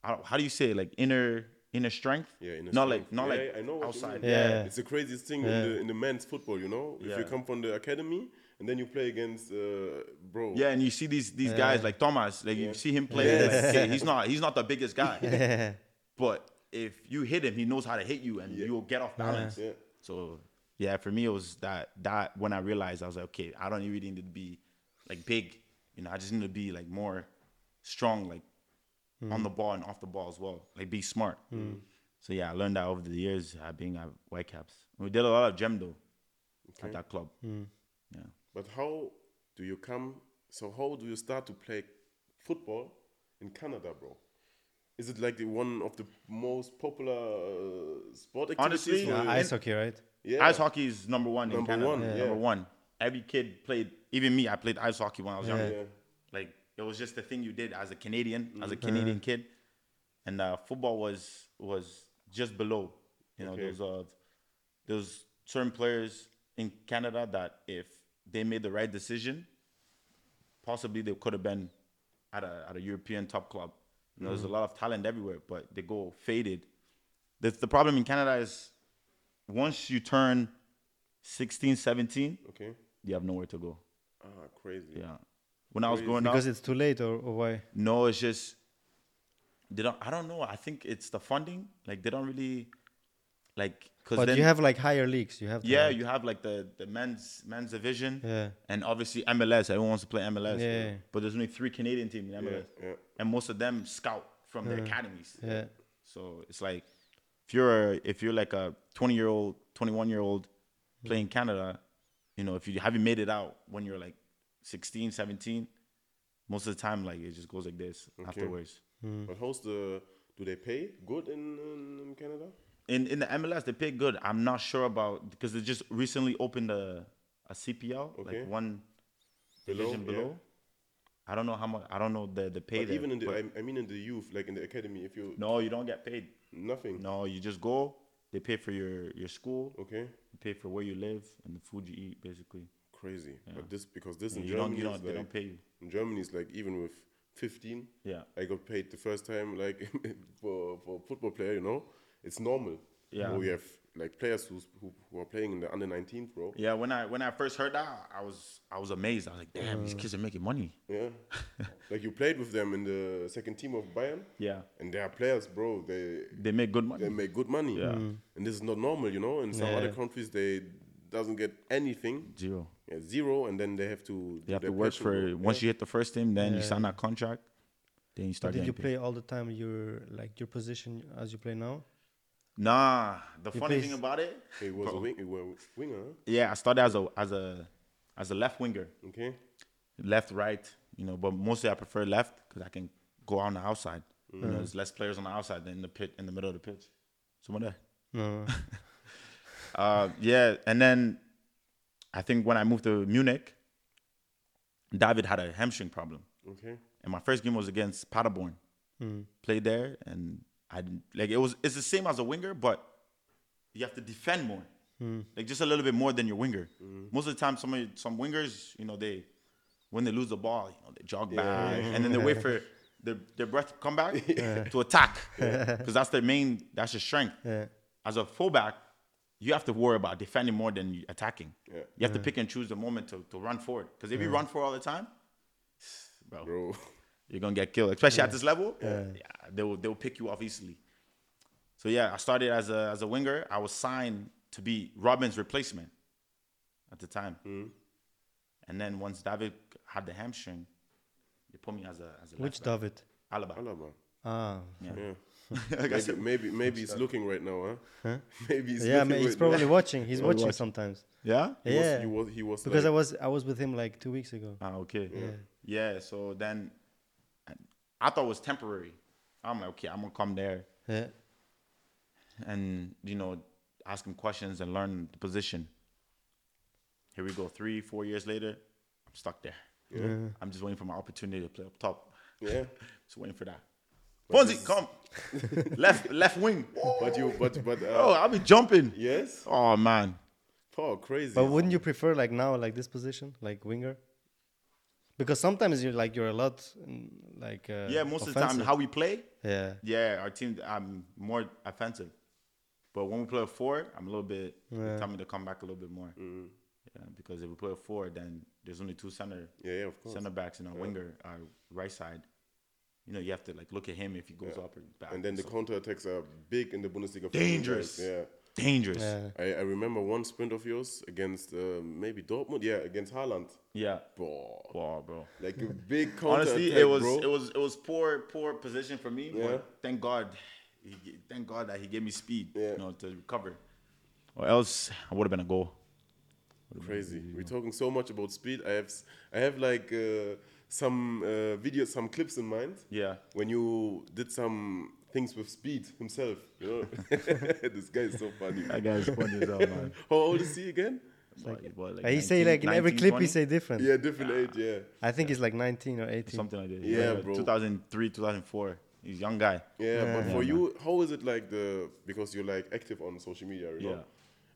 Speaker 2: I don't, how do you say it? like inner inner strength?
Speaker 3: Yeah, in a
Speaker 2: not
Speaker 3: strength.
Speaker 2: like not
Speaker 3: Yeah,
Speaker 2: like
Speaker 3: I know what you
Speaker 2: outside.
Speaker 3: mean.
Speaker 1: Yeah. Yeah.
Speaker 3: it's the craziest thing in, the, in the men's football. You know, if you
Speaker 2: Yeah.
Speaker 3: come from the academy and then you play against uh, bro.
Speaker 2: Yeah, and you see these these guys like Thomas, like you see him play. Like, okay, he's not he's not the biggest guy,
Speaker 1: Yeah.
Speaker 2: but if you hit him, he knows how to hit you, and you'll get off balance.
Speaker 3: Yeah.
Speaker 2: So yeah, for me it was that that when I realized I was like, okay, I don't really need to be like big. You know, I just need to be like more strong, like on the ball and off the ball as well. Like be smart. So yeah, I learned that over the years uh, being at Whitecaps. We did a lot of gym though at that club. Yeah.
Speaker 3: But how do you come? So how do you start to play football in Canada, bro? Is it like the one of the most popular uh, sport activities?
Speaker 2: Honestly,
Speaker 3: or-
Speaker 2: Yeah, I-
Speaker 1: Ah, Ice hockey, right?
Speaker 3: yeah.
Speaker 2: Ice hockey is number one in
Speaker 3: Number
Speaker 2: Canada.
Speaker 3: one, yeah.
Speaker 2: Number one. Every kid played, even me. I played ice hockey when I was younger.
Speaker 3: Yeah.
Speaker 2: Like it was just the thing you did as a Canadian, as a Canadian kid, and uh, football was was just below. You know,
Speaker 3: Okay.
Speaker 2: there's uh, there's certain players in Canada that if they made the right decision, possibly they could have been at a at a European top club. You know, there's a lot of talent everywhere, but they go faded. The the problem in Canada is once you turn 16, 17,
Speaker 3: Okay.
Speaker 2: you have nowhere to go.
Speaker 3: Ah, crazy.
Speaker 2: Yeah. When I was
Speaker 3: Crazy.
Speaker 2: growing up,
Speaker 1: Because it's too late, or, or why?
Speaker 2: no, it's just they don't. I don't know. I think it's the funding. Like they don't really like because
Speaker 1: But
Speaker 2: then
Speaker 1: you have like higher leagues. You have to
Speaker 2: yeah,
Speaker 1: have-
Speaker 2: you have like the the men's men's division.
Speaker 1: Yeah.
Speaker 2: And obviously MLS. Everyone wants to play MLS.
Speaker 1: Yeah.
Speaker 2: But there's only three Canadian teams in MLS,
Speaker 3: yeah.
Speaker 2: and most of them scout from their academies.
Speaker 1: yeah.
Speaker 2: So it's like if you're if you're like a 20 year old, 21 year old playing Canada, you know, if you haven't made it out when you're like 16, 17, most of the time like it just goes like this afterwards.
Speaker 3: But how's the? Do they pay good in, in, in Canada?
Speaker 2: In in the MLS they pay good. I'm not sure about because they just recently opened a a CPL
Speaker 3: Okay.
Speaker 2: like one division
Speaker 3: yeah.
Speaker 2: below. I don't know how much. I don't know the the pay.
Speaker 3: But
Speaker 2: there,
Speaker 3: even in the,
Speaker 2: but
Speaker 3: I, I mean, in the youth, like in the academy, if you
Speaker 2: no, you don't get paid.
Speaker 3: nothing.
Speaker 2: No, you just go. They pay for your your school.
Speaker 3: Okay.
Speaker 2: They pay for where you live and the food you eat, basically.
Speaker 3: Crazy. But this because this in
Speaker 2: You don't,
Speaker 3: Germany
Speaker 2: you
Speaker 3: is
Speaker 2: don't, they
Speaker 3: like-
Speaker 2: don't pay you.
Speaker 3: in Germany it's like even with 15
Speaker 2: Yeah.
Speaker 3: I got paid the first time like for, for a football player you know it's normal
Speaker 2: Yeah.
Speaker 3: Or we have like players who's, who, who are playing in the under 19 bro
Speaker 2: Yeah, when I when I first heard that, I was I was amazed. I was like, damn, these kids are making money.
Speaker 3: yeah like you played with them in the second team of Bayern
Speaker 2: Yeah,
Speaker 3: and they are players bro they
Speaker 2: they make good money.
Speaker 3: they make good money yeah. and this is not normal you know in some
Speaker 1: Yeah.
Speaker 3: other countries they doesn't get anything
Speaker 2: Zero.
Speaker 3: yeah, zero and then they have to
Speaker 2: They have to work for once you hit the first team, then you
Speaker 1: Yeah.
Speaker 2: sign that contract, then you
Speaker 1: But
Speaker 2: start.
Speaker 1: did you
Speaker 2: getting
Speaker 1: play
Speaker 2: paid.
Speaker 1: all the time your like your position as you play now?
Speaker 2: Nah, the funny
Speaker 1: plays-
Speaker 2: thing about it,
Speaker 3: He was a wing, he was a winger, huh?
Speaker 2: yeah, I started as a as a as a left winger,
Speaker 3: okay?
Speaker 2: left right, you know, but mostly I prefer left because I can go on the outside. You know, there's less players on the outside than in the pit in the middle of the pitch. Someone there.
Speaker 1: No.
Speaker 2: Uh, yeah, and then I think when I moved to Munich, David had a hamstring problem,
Speaker 3: Okay.
Speaker 2: and my first game was against Paderborn. Played there, and I didn't, like it was. It's the same as a winger, but you have to defend more, like just a little bit more than your winger. Most of the time, some of- some wingers, you know, they when they lose the ball, you know, they jog back, and then they wait for their, their breath to come back to attack, because that's their main, that's your strength
Speaker 1: Yeah.
Speaker 2: as a fullback, you have to worry about defending more than you attacking.
Speaker 3: Yeah.
Speaker 2: You have to pick and choose the moment to, to run forward. Because if you run forward all the time, bro,
Speaker 3: Bro.
Speaker 2: you're gonna get killed. Especially at this level, yeah. they will they will pick you off easily. So yeah, I started as a as a winger. I was signed to be Robin's replacement at the time. And then once David had the hamstring, they put me as a as a
Speaker 1: Which
Speaker 2: left
Speaker 1: David?
Speaker 2: back. Alaba.
Speaker 3: Alaba.
Speaker 1: Ah.
Speaker 3: Yeah.
Speaker 2: Like I
Speaker 3: Maybe,
Speaker 2: said,
Speaker 3: maybe, maybe he's looking right now, huh? Maybe he's
Speaker 1: Yeah,
Speaker 3: looking
Speaker 1: man, he's
Speaker 3: right
Speaker 1: probably
Speaker 3: now.
Speaker 1: watching. He's watching
Speaker 2: watch.
Speaker 1: sometimes.
Speaker 2: yeah.
Speaker 3: He was-
Speaker 1: Yeah.
Speaker 3: He was, he was
Speaker 1: because
Speaker 3: like,
Speaker 1: I was I was with him like two weeks ago.
Speaker 2: Ah, okay. Yeah. so then I thought it was temporary. I'm like, okay, I'm gonna come there
Speaker 1: Yeah.
Speaker 2: and you know, ask him questions and learn the position. Here we go, three, four years later, I'm stuck there. I'm just waiting for my opportunity to play up top.
Speaker 3: Yeah.
Speaker 2: Just waiting for that. Fonzie, come. left left wing.
Speaker 3: But you, but, but, uh,
Speaker 2: Oh, I'll be jumping.
Speaker 3: yes?
Speaker 2: Oh man.
Speaker 3: Paul, crazy.
Speaker 1: But wouldn't you prefer like now like this position like winger? Because sometimes you're like you're a lot mm, like uh,
Speaker 2: Yeah, most of the
Speaker 1: offensive.
Speaker 2: time how we play,
Speaker 1: yeah
Speaker 2: Yeah, our team. I'm more offensive, but when we play a four, I'm a little bit. they Tell me to come back a little bit more.
Speaker 3: Mm-hmm.
Speaker 2: Yeah, because if we play a four, then there's only two center
Speaker 3: yeah, yeah, of course.
Speaker 2: center backs and our winger, our right side. You know, you have to like look at him if he goes up or back.
Speaker 3: And then the
Speaker 2: So-
Speaker 3: counter attacks are big in the Bundesliga. for you guys.
Speaker 2: Dangerous.
Speaker 3: Yeah.
Speaker 2: dangerous. Yeah.
Speaker 1: yeah
Speaker 3: I, I remember one sprint of yours against uh, maybe Dortmund. Yeah, against Haaland. Bro,
Speaker 2: Wow, bro.
Speaker 3: like a big counter
Speaker 2: Honestly,
Speaker 3: attack,
Speaker 2: it was
Speaker 3: bro.
Speaker 2: it was it was poor poor position for me.
Speaker 3: Yeah.
Speaker 2: But thank God, he, g- thank God that he gave me speed.
Speaker 3: Yeah.
Speaker 2: You know, to recover. Or else I would have been a goal.
Speaker 3: crazy. We're talking so much about speed. I have, s- I have like uh, some uh, videos, some clips in mind.
Speaker 2: Yeah.
Speaker 3: When you did some things with speed himself, you know. this guy is so funny.
Speaker 2: That guy's funny as hell, man.
Speaker 3: How old is he again?
Speaker 2: Like, what,
Speaker 1: he say
Speaker 2: 19
Speaker 1: like in every
Speaker 2: 19,
Speaker 1: clip
Speaker 2: 20?
Speaker 1: he say different
Speaker 3: Yeah, different age. Yeah.
Speaker 1: I think he's like 19 or 18
Speaker 2: something like that.
Speaker 3: Yeah, bro.
Speaker 2: 2003, 2004. He's a young guy.
Speaker 3: Yeah, but for you, how is it like the because you're like active on social media, you know?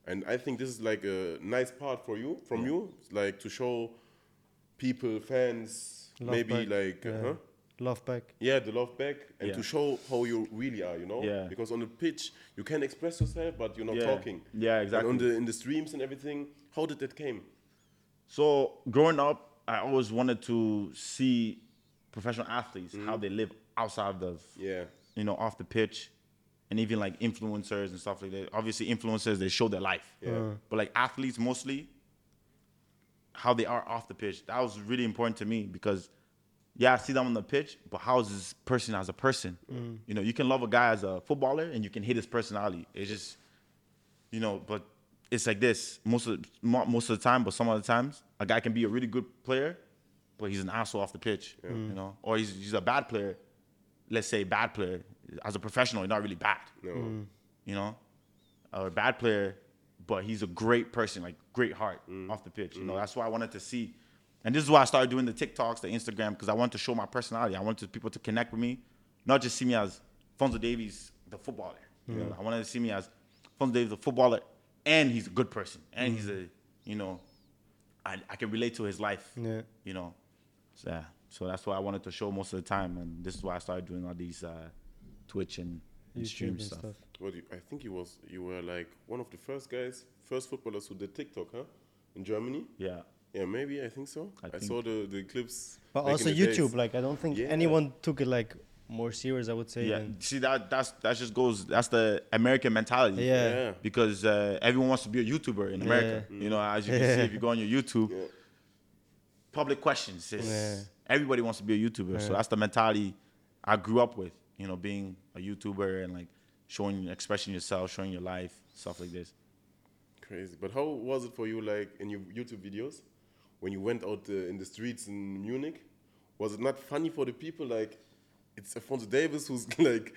Speaker 3: And I think this is like a nice part for you, from you, like to show people, fans,
Speaker 1: Love
Speaker 3: maybe
Speaker 1: back,
Speaker 3: like, yeah.
Speaker 1: yeah.
Speaker 3: huh?
Speaker 1: love back
Speaker 3: Yeah, the love back, and
Speaker 2: Yeah.
Speaker 3: to show how you really are, you know?
Speaker 2: Yeah.
Speaker 3: Because on the pitch, you can express yourself, but you're not
Speaker 2: Yeah.
Speaker 3: talking.
Speaker 2: Yeah, exactly.
Speaker 3: And on the in the streams and everything, how did that came?
Speaker 2: So growing up, I always wanted to see professional athletes how they live outside of
Speaker 3: Yeah,
Speaker 2: you know off the pitch, and even like influencers and stuff like that. Obviously, influencers they show their life.
Speaker 3: Yeah. Uh.
Speaker 2: But like athletes mostly, how they are off the pitch. That was really important to me because yeah, I see them on the pitch, but how is this person as a person? You know, you can love a guy as a footballer and you can hate his personality. It's just you know, but it's like this most of mo- most of the time, but some other times a guy can be a really good player, but he's an asshole off the pitch, you know, or he's he's a bad player. Let's say bad player as a professional, he's not really bad,
Speaker 3: no,
Speaker 2: you know, or a bad player, but he's a great person, like great heart
Speaker 1: Mm.
Speaker 2: off the pitch. You know, that's why I wanted to see, and this is why I started doing the TikToks, the Instagram, because I wanted to show my personality. I wanted people to connect with me, not just see me as Fonzo Davies, the footballer. You know, I wanted to see me as Fonzo Davies, the footballer, and he's a good person, and he's
Speaker 1: Mm.
Speaker 2: a, you know, I, I can relate to his life.
Speaker 1: Yeah.
Speaker 2: You know, so, yeah. So that's what I wanted to show most of the time, and this is why I started doing all these uh, Twitch and, and
Speaker 1: YouTube
Speaker 2: stream
Speaker 1: and
Speaker 2: stuff.
Speaker 1: stuff.
Speaker 3: What you, I think you was you were like one of the first guys, first footballers who did TikTok, huh? In Germany.
Speaker 2: Yeah.
Speaker 3: Yeah, maybe I think so. I,
Speaker 2: I think-
Speaker 3: saw the, the clips.
Speaker 1: but
Speaker 3: back
Speaker 1: also
Speaker 3: in the days.
Speaker 1: YouTube like I don't think
Speaker 3: Yeah.
Speaker 1: anyone took it like more serious I would say
Speaker 2: Yeah,
Speaker 1: than-
Speaker 2: see that that's that just goes. That's the American mentality.
Speaker 1: Yeah.
Speaker 3: Yeah.
Speaker 2: because uh, everyone wants to be a YouTuber in America. You know, as you can see, if you go on your YouTube,
Speaker 3: Yeah.
Speaker 2: public questions. It's,
Speaker 1: Yeah.
Speaker 2: Everybody wants to be a YouTuber, so that's the mentality I grew up with. You know, being a YouTuber and like showing, expressing yourself, showing your life, stuff like this.
Speaker 3: Crazy. But how was it for you, like in your YouTube videos, when you went out uh, in the streets in Munich? Was it not funny for the people? Like, it's Alfonso Davis who's like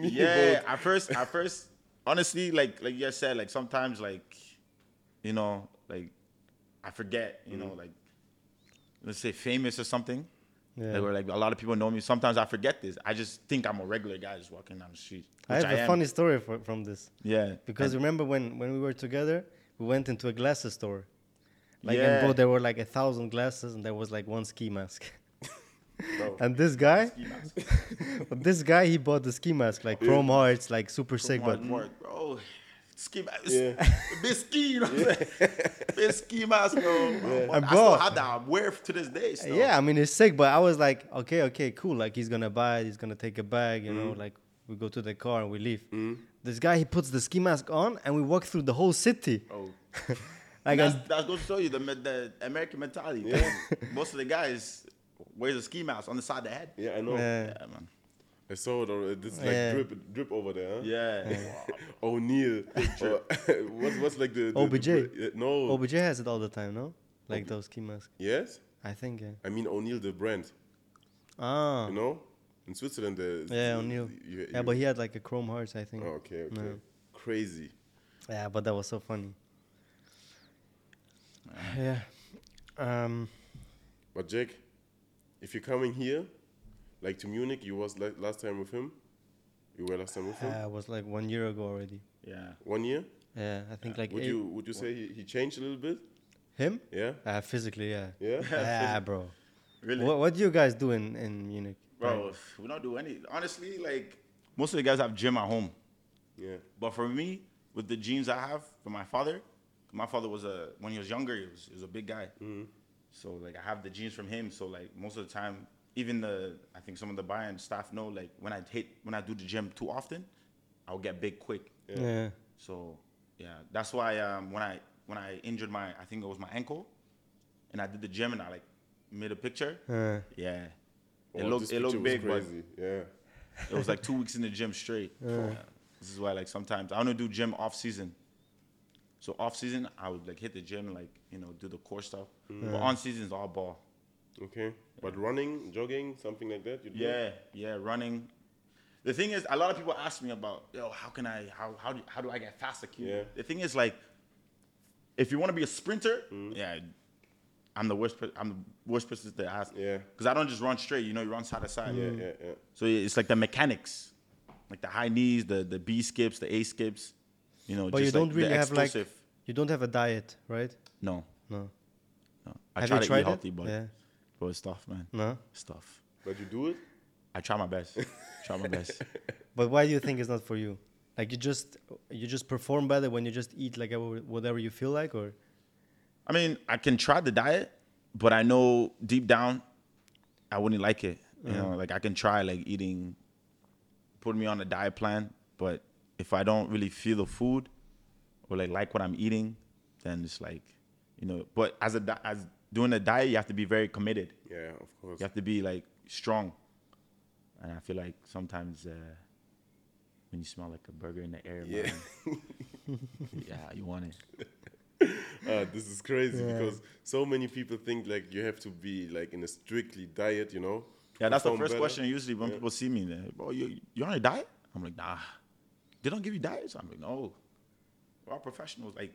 Speaker 3: me.
Speaker 2: Yeah,
Speaker 3: about-
Speaker 2: at first, at first, honestly, like like you just said, like sometimes, like you know, like I forget, you
Speaker 1: Mm.
Speaker 2: know, like let's say famous or something.
Speaker 1: Yeah.
Speaker 2: Like, where like a lot of people know me. Sometimes I forget this. I just think I'm a regular guy just walking down the street.
Speaker 1: I
Speaker 2: which
Speaker 1: have a
Speaker 2: am.
Speaker 1: funny story for, from this.
Speaker 2: Yeah,
Speaker 1: Because remember when, when we were together, we went into a glasses store. Like
Speaker 2: Yeah.
Speaker 1: and bro, there were like a thousand glasses and there was like one ski mask.
Speaker 3: No.
Speaker 1: and this guy
Speaker 2: mask.
Speaker 1: this guy he bought the ski mask, like chrome hearts, like super sick,
Speaker 2: Mark,
Speaker 1: but
Speaker 2: Mark, bro. Ski mask,
Speaker 3: Yeah.
Speaker 2: big ski, you know what I'm saying? Big ski mask, bro. I
Speaker 1: And
Speaker 2: still
Speaker 1: bro-
Speaker 2: have that. I wear it to this day. Still.
Speaker 1: yeah, I mean it's sick, but I was like, okay, okay, cool. Like he's gonna buy it, he's gonna take a bag, you
Speaker 3: Mm.
Speaker 1: know, like we go to the car and we leave. This guy he puts the ski mask on and we walk through the whole city.
Speaker 2: Oh.
Speaker 1: Like
Speaker 2: that's,
Speaker 1: and-
Speaker 2: that's going to show you the, the American mentality. Most of the guys wears a ski mask on the side of the head.
Speaker 3: Yeah, I know.
Speaker 1: Yeah.
Speaker 2: Yeah, man.
Speaker 3: I saw it. Already. This is like
Speaker 1: Yeah.
Speaker 3: drip, drip over there. Huh?
Speaker 2: Yeah.
Speaker 3: O'Neal. Or- what's what's like the, the- the
Speaker 1: OBJ.
Speaker 3: br- yeah, no.
Speaker 1: OBJ has it all the time, no? Like those ski masks.
Speaker 3: yes,
Speaker 1: I think yeah.
Speaker 3: I mean O'Neal the brand.
Speaker 1: Ah.
Speaker 3: You know, in Switzerland the
Speaker 1: Yeah, O'Neill.
Speaker 3: you- you-
Speaker 1: Yeah, but he had like a Chrome Hearts, I think.
Speaker 3: oh, okay, okay,
Speaker 1: No.
Speaker 3: crazy.
Speaker 1: Yeah, but that was so funny. Yeah. Um,
Speaker 3: But Jake, if you're coming here, like to Munich, you was like last time with him. You were last time with him.
Speaker 1: yeah, uh, it was like one year ago already.
Speaker 2: Yeah.
Speaker 3: One year.
Speaker 1: Yeah, I think like
Speaker 3: Would
Speaker 1: eight-
Speaker 3: you would you say he, he changed a little bit?
Speaker 1: him?
Speaker 3: Yeah.
Speaker 1: Uh, physically, yeah.
Speaker 3: Yeah?
Speaker 1: yeah, bro.
Speaker 2: Really?
Speaker 1: What, what do you guys do in, in Munich?
Speaker 2: Bro, we don't do any. Honestly, like, most of the guys have gym at home.
Speaker 3: Yeah.
Speaker 2: But for me, with the genes I have from my father, my father was a when he was younger, he was, he was a big guy. So like I have the genes from him. So like most of the time, even the I think some of the buy-in staff know like when I hit when I do the gym too often, I'll get big quick.
Speaker 1: Yeah.
Speaker 2: So yeah, that's why um, when I when I injured my I think it was my ankle, and I did the gym and I like made a picture.
Speaker 1: Uh,
Speaker 2: Yeah, it
Speaker 3: Oh,
Speaker 2: looked
Speaker 3: this
Speaker 2: it looked
Speaker 3: picture
Speaker 2: big,
Speaker 3: was
Speaker 2: but
Speaker 3: crazy. yeah.
Speaker 2: it was like two weeks in the gym straight. Yeah. This is why like sometimes I don't do gym off season. So off season I would like hit the gym and like you know do the core stuff.
Speaker 3: Mm.
Speaker 2: But on season is all ball.
Speaker 3: Okay. But running, jogging, something like that. You do?
Speaker 2: Yeah, yeah, running. The thing is, a lot of people ask me about yo, how can I how how do, how do I get faster? Q?
Speaker 3: Yeah.
Speaker 2: The thing is like, if you want to be a sprinter,
Speaker 1: Mm-hmm.
Speaker 2: yeah, I'm the worst. Per- I'm the worst person to ask.
Speaker 3: Yeah.
Speaker 2: Because I don't just run straight. You know, you run side to side.
Speaker 3: Yeah, yeah, yeah.
Speaker 2: So yeah, it's like the mechanics, like the high knees, the the B skips, the A skips. You know,
Speaker 1: but you
Speaker 2: just
Speaker 1: don't
Speaker 2: like
Speaker 1: really
Speaker 2: the
Speaker 1: have like
Speaker 2: explosive-
Speaker 1: you don't have a diet, right?
Speaker 2: no,
Speaker 1: No.
Speaker 2: no. I
Speaker 1: Have
Speaker 2: try
Speaker 1: you
Speaker 2: to
Speaker 1: tried
Speaker 2: eat
Speaker 1: it?
Speaker 2: healthy, but
Speaker 1: Yeah. Hmm.
Speaker 2: but it's tough, man.
Speaker 1: No.
Speaker 2: It's tough.
Speaker 3: But you do it.
Speaker 2: I try my best. try my best.
Speaker 1: But why do you think it's not for you? Like you just you just perform better when you just eat like wha- whatever you feel like, or
Speaker 2: I mean, I can try the diet, but I know deep down, I wouldn't like it. You know, like I can try like eating, put me on a diet plan, but if I don't really feel the food, or like like what I'm eating, then it's like, you know. But as a di- as doing a diet, you have to be very committed.
Speaker 3: Yeah, of course.
Speaker 2: You have to be like strong. And I feel like sometimes uh, when you smell like a burger in the air,
Speaker 3: Yeah.
Speaker 2: man, yeah, you want it.
Speaker 3: Ah, this is crazy
Speaker 1: Yeah.
Speaker 3: because so many people think like you have to be like in a strictly diet, you know. to
Speaker 2: Yeah, that's the
Speaker 3: perform
Speaker 2: first
Speaker 3: better.
Speaker 2: question usually when
Speaker 3: Yeah.
Speaker 2: people see me. They're, Bro, you you on a diet? I'm like, nah. They don't give you diets. I'm like, no. We're all professionals. Like,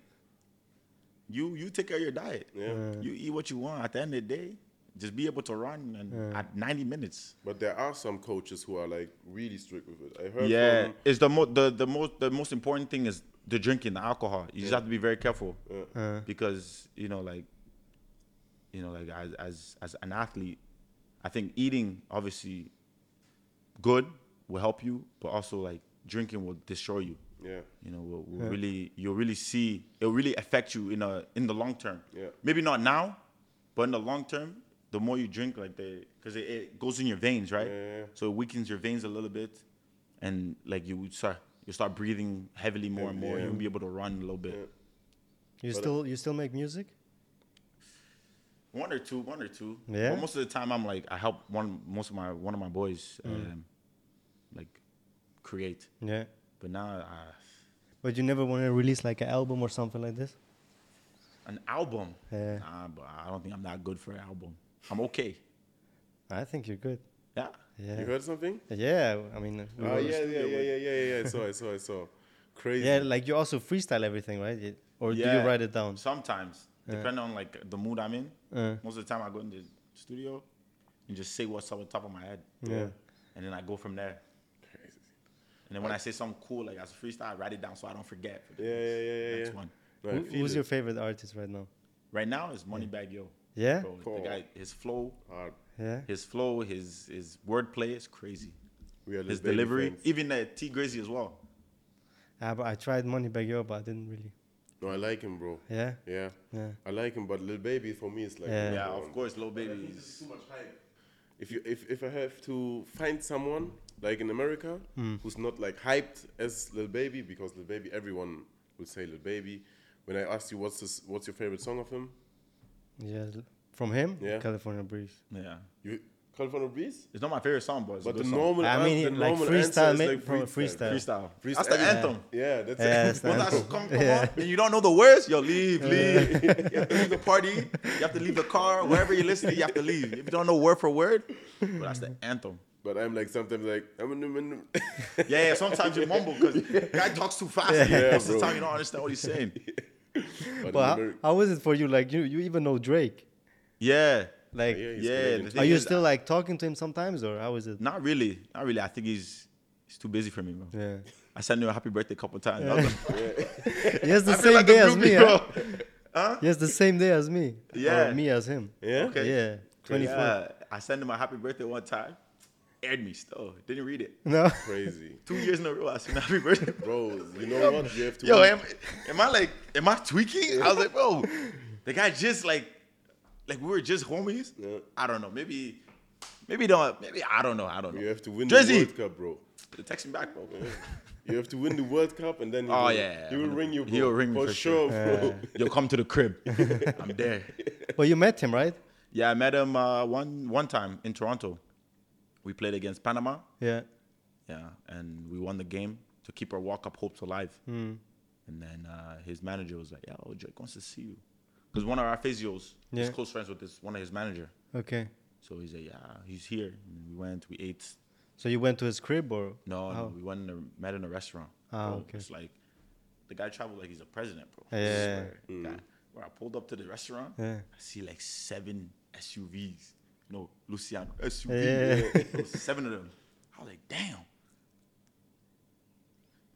Speaker 2: you you take care of your diet.
Speaker 3: Yeah.
Speaker 2: You eat what you want. At the end of the day, just be able to run and at 90 minutes.
Speaker 3: But there are some coaches who are like really strict with it. I heard
Speaker 2: yeah,
Speaker 3: from
Speaker 2: it's the most the, the most the most important thing is the drinking, the alcohol. You just have to be very careful because you know, like, you know, like as as as an athlete, I think eating obviously good will help you, but also like drinking will destroy you.
Speaker 3: yeah.
Speaker 2: You know, will, will really you'll really see it'll really affect you in a in the long term.
Speaker 3: Yeah.
Speaker 2: Maybe not now, but in the long term, the more you drink, like the because it, it goes in your veins, right?
Speaker 3: Yeah, yeah, yeah.
Speaker 2: So it weakens your veins a little bit, and like you would start you start breathing heavily more and more.
Speaker 3: Yeah.
Speaker 2: You'll be able to run a little bit.
Speaker 3: Yeah.
Speaker 1: you
Speaker 3: But, uh,
Speaker 1: still you still make music?
Speaker 2: One or two, one or two.
Speaker 1: Yeah.
Speaker 2: But most of the time, I'm like I help
Speaker 1: Mm.
Speaker 2: one most of my one of my boys, um, like create.
Speaker 1: Yeah.
Speaker 2: But now, uh,
Speaker 1: But you never want to release like an album or something like this.
Speaker 2: an album.
Speaker 1: Yeah.
Speaker 2: Nah, but I don't think I'm that good for an album. I'm okay.
Speaker 1: I think you're good.
Speaker 2: Yeah.
Speaker 3: You
Speaker 1: Yeah.
Speaker 3: heard something?
Speaker 1: Yeah. I mean. we
Speaker 3: Oh
Speaker 1: were-
Speaker 3: yeah, yeah, yeah, yeah, yeah, yeah. I saw, I saw, I saw. Crazy.
Speaker 1: Yeah, like you also freestyle everything, right? You- Or do
Speaker 2: Yeah.
Speaker 1: you write it down?
Speaker 2: Sometimes, depending on like the mood I'm in.
Speaker 1: Uh.
Speaker 2: Most of the time, I go in the studio and just say what's up on top of my head.
Speaker 1: Yeah.
Speaker 2: And then I go from there.
Speaker 3: Crazy.
Speaker 2: And then when I say something cool, like as a freestyle, I write it down so I don't forget. for the
Speaker 3: Yeah, yeah, yeah, yeah.
Speaker 2: next
Speaker 3: yeah.
Speaker 2: one.
Speaker 3: No, I
Speaker 1: Who,
Speaker 3: feel
Speaker 1: who's
Speaker 3: it.
Speaker 1: your favorite artist right now?
Speaker 2: Right now, it's Moneybag Yo.
Speaker 1: Yeah.
Speaker 2: Bro,
Speaker 3: Cool.
Speaker 2: the guy, his flow,
Speaker 3: Hard.
Speaker 1: Yeah.
Speaker 2: his flow, his his wordplay is crazy.
Speaker 3: We are
Speaker 2: His
Speaker 3: Lil Baby
Speaker 2: delivery,
Speaker 3: fans.
Speaker 2: even uh, T Grazy as well.
Speaker 1: Ah, but I tried Moneybag Yo, but I didn't really.
Speaker 3: No, I like him, bro.
Speaker 1: Yeah.
Speaker 3: Yeah.
Speaker 1: Yeah.
Speaker 3: I like him, but Lil Baby for me is like
Speaker 1: Yeah.
Speaker 2: Yeah,
Speaker 3: number
Speaker 2: of
Speaker 3: one.
Speaker 2: course, Lil
Speaker 3: I think
Speaker 2: Baby
Speaker 3: this is
Speaker 2: is
Speaker 3: too much hype. If you if, if I have to find someone like in America
Speaker 1: Hmm.
Speaker 3: who's not like hyped as Lil Baby because Lil Baby everyone would say Lil Baby. When I asked you what's this, what's your favorite song of him,
Speaker 1: Yeah. l- From him?
Speaker 3: Yeah.
Speaker 1: California Breeze.
Speaker 2: yeah.
Speaker 3: you California Breeze.
Speaker 2: It's not my favorite song, but it's
Speaker 3: But
Speaker 2: a
Speaker 3: the
Speaker 2: good song.
Speaker 3: normal,
Speaker 1: I
Speaker 3: an-
Speaker 1: mean,
Speaker 3: the
Speaker 1: like
Speaker 3: normal
Speaker 1: freestyle,
Speaker 3: answer
Speaker 1: ma-
Speaker 3: is like
Speaker 1: from freestyle.
Speaker 2: freestyle.
Speaker 3: Freestyle.
Speaker 2: That's the
Speaker 3: Yeah.
Speaker 2: anthem.
Speaker 3: Yeah, that's
Speaker 1: Yeah,
Speaker 3: it.
Speaker 1: it's the
Speaker 2: Once that's
Speaker 1: anthem.
Speaker 2: come, come on, and you don't know the words, yo, leave, leave. you have to leave the party. You have to leave the car. Wherever you're listening, you have to leave. If you don't know word for word, well, that's the anthem.
Speaker 3: But I'm like sometimes like I'm in
Speaker 2: Yeah, yeah sometimes you mumble because guy talks too fast.
Speaker 3: Yeah,
Speaker 2: Most of the
Speaker 3: bro.
Speaker 2: time, you don't understand what he's saying.
Speaker 1: But how, how is it for you? Like you, you even know Drake.
Speaker 2: Yeah,
Speaker 1: Like,
Speaker 3: yeah, he's
Speaker 2: yeah. Mm.
Speaker 3: great.
Speaker 2: the
Speaker 1: are
Speaker 2: thing
Speaker 1: you
Speaker 2: is,
Speaker 1: still like talking to him sometimes, or how is it?
Speaker 2: Not really. Not really. I think he's he's too busy for me, bro.
Speaker 1: Yeah.
Speaker 2: I sent him a happy birthday a couple times. I was like,
Speaker 1: He has the
Speaker 2: I feel
Speaker 1: same
Speaker 2: like a
Speaker 1: day as
Speaker 2: groupie,
Speaker 1: me.
Speaker 2: bro.
Speaker 1: Huh? He has the same day as me.
Speaker 2: Yeah.
Speaker 1: Or me as him.
Speaker 3: Yeah?
Speaker 2: Okay.
Speaker 1: Yeah. Twenty four.
Speaker 2: Yeah, I sent him a happy birthday one time. Aired me still. Didn't read it.
Speaker 1: No.
Speaker 3: crazy,
Speaker 2: Two years in a row, I sent him a happy birthday.
Speaker 3: bro. You know what? You have to.
Speaker 1: eh.
Speaker 2: Yo, am, am I like, am I tweaking? I was like, bro, the guy just like, like we were just homies.
Speaker 3: Yeah.
Speaker 2: I don't know. Maybe, maybe don't. Maybe I don't know. I don't know.
Speaker 3: you have to win
Speaker 2: Drizzy.
Speaker 3: the World Cup, bro.
Speaker 2: Text him back, bro.
Speaker 3: You have to win the World Cup, and then he
Speaker 2: Oh,
Speaker 3: will,
Speaker 2: yeah,
Speaker 3: he will ring you. Bro,
Speaker 2: He'll ring me
Speaker 3: for,
Speaker 2: for
Speaker 3: sure,
Speaker 2: sure.
Speaker 3: bro.
Speaker 2: Yo, come to the crib. I'm there.
Speaker 1: But you met him, right?
Speaker 2: Yeah, I met him uh, one one time in Toronto. We played against Panama.
Speaker 1: Yeah.
Speaker 2: Yeah, and we won the game to keep our walk up hopes alive.
Speaker 3: Hmm.
Speaker 2: And then uh, his manager was like, "Yo, Drake wants to see you," because one of our physios is
Speaker 1: Yeah.
Speaker 2: close friends with this one of his manager.
Speaker 1: Okay.
Speaker 2: So he's like, "Yeah, he's here." And we went, we ate.
Speaker 1: So you went to his crib, or
Speaker 2: No,
Speaker 1: How?
Speaker 2: no, we went and met in a restaurant.
Speaker 1: Ah,
Speaker 2: Bro,
Speaker 1: Oh. okay.
Speaker 2: It's like the guy traveled like he's a president, bro. I
Speaker 1: Yeah.
Speaker 2: swear. Guy- Bro, I pulled up to the restaurant.
Speaker 1: Yeah.
Speaker 2: I see like seven SUVs. No, Luciano
Speaker 1: Yeah.
Speaker 2: SUV. Bro, seven of them. I was like, damn.